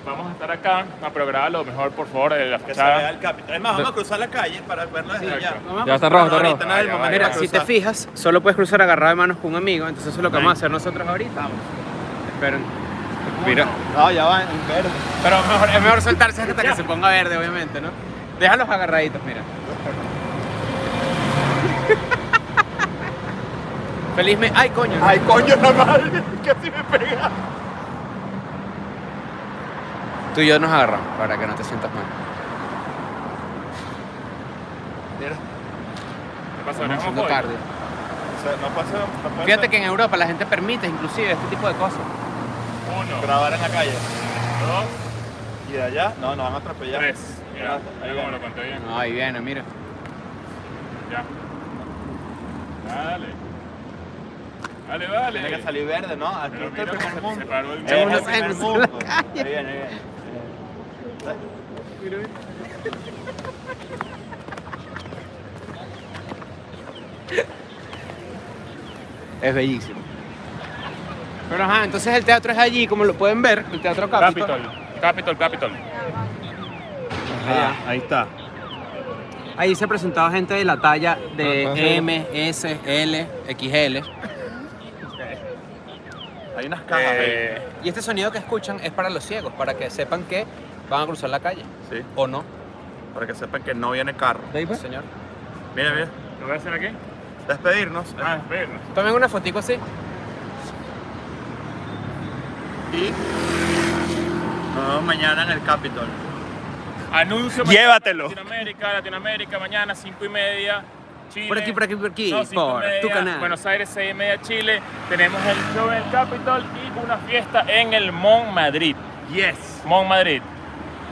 [SPEAKER 2] vamos a estar acá. No, pero grábalo lo mejor, por favor, de la
[SPEAKER 4] Que se vea
[SPEAKER 2] fachada.
[SPEAKER 4] el capitán. Es más, vamos a cruzar la calle para verlo desde allá.
[SPEAKER 2] Exacto.
[SPEAKER 5] Ya está rojo,
[SPEAKER 4] No,
[SPEAKER 5] está rojo.
[SPEAKER 4] ahorita no es el
[SPEAKER 2] Vaya,
[SPEAKER 4] momento
[SPEAKER 2] vaya.
[SPEAKER 3] Mira,
[SPEAKER 4] para
[SPEAKER 3] si te
[SPEAKER 4] cruzar.
[SPEAKER 3] fijas, solo puedes cruzar agarrado de manos con un amigo, entonces eso es lo que
[SPEAKER 2] Ven.
[SPEAKER 3] vamos a hacer nosotros ahorita. Esperen.
[SPEAKER 2] Mira. eh,
[SPEAKER 4] No, ya va en verde.
[SPEAKER 3] Pero mejor- es mejor soltarse hasta que se ponga verde, obviamente, ¿no? Déjalos agarraditos, mira. *laughs* Feliz me... ¡Ay, coño!
[SPEAKER 4] Ay, coño, la madre, *laughs* casi me pega.
[SPEAKER 3] Tú y yo nos agarramos para que no te sientas mal.
[SPEAKER 2] ¿Qué pasó?
[SPEAKER 3] Estamos
[SPEAKER 2] ¿Eres
[SPEAKER 3] haciendo
[SPEAKER 2] homofóbico?
[SPEAKER 3] cardio.
[SPEAKER 4] O sea, no pasa, no pasa.
[SPEAKER 3] Fíjate que en Europa la gente permite inclusive este tipo de cosas.
[SPEAKER 2] Uno,
[SPEAKER 4] Grabar en la calle.
[SPEAKER 2] dos,
[SPEAKER 4] Y de allá, no, nos van a atropellar.
[SPEAKER 2] tres. Mira,
[SPEAKER 4] Ahí
[SPEAKER 2] mira
[SPEAKER 4] viene.
[SPEAKER 2] cómo lo conté bien.
[SPEAKER 3] No, ahí viene, mira.
[SPEAKER 2] Ya. Dale. Dale, dale.
[SPEAKER 4] Tiene que salir verde, ¿no? Aquí
[SPEAKER 2] Pero
[SPEAKER 4] está
[SPEAKER 2] mira
[SPEAKER 4] el
[SPEAKER 2] cómo
[SPEAKER 4] primer
[SPEAKER 2] se- se
[SPEAKER 4] mundo.
[SPEAKER 2] paró el
[SPEAKER 4] Es
[SPEAKER 2] bicho.
[SPEAKER 4] el primer mundo. Ahí viene, ahí viene.
[SPEAKER 3] Es bellísimo. Pero ajá, entonces el teatro es allí, como lo pueden ver, el teatro Capitol.
[SPEAKER 2] Capitol, Capitol, Capitol.
[SPEAKER 4] Ah, ahí está.
[SPEAKER 3] Ahí se ha presentado gente de la talla de
[SPEAKER 5] Ah, ah, sí.
[SPEAKER 3] M, S, L, XL.
[SPEAKER 4] Hay unas cajas ahí.
[SPEAKER 2] Eh,
[SPEAKER 3] Y este sonido que escuchan es para los ciegos, para que sepan que van a cruzar la calle.
[SPEAKER 4] Sí,
[SPEAKER 3] ¿O no?
[SPEAKER 4] para que sepan que no viene carro.
[SPEAKER 5] pues?
[SPEAKER 3] Señor.
[SPEAKER 4] Mira, mira.
[SPEAKER 2] ¿Lo voy a hacer aquí?
[SPEAKER 4] Despedirnos.
[SPEAKER 2] Ah, espera.
[SPEAKER 3] Tomen una fotico así.
[SPEAKER 4] Y nos vemos mañana en el Capitol.
[SPEAKER 2] Anuncio
[SPEAKER 4] Llévatelo.
[SPEAKER 2] Latinoamérica, Latinoamérica, mañana 5 y media. Chile.
[SPEAKER 3] Por aquí, por aquí, por aquí,
[SPEAKER 2] No, cinco y
[SPEAKER 3] por
[SPEAKER 2] media,
[SPEAKER 3] tu canal.
[SPEAKER 2] Buenos Aires, 6 y media, Chile. Tenemos el show en el Capitol y una fiesta en el Mon Madrid. Yes. Mon Madrid.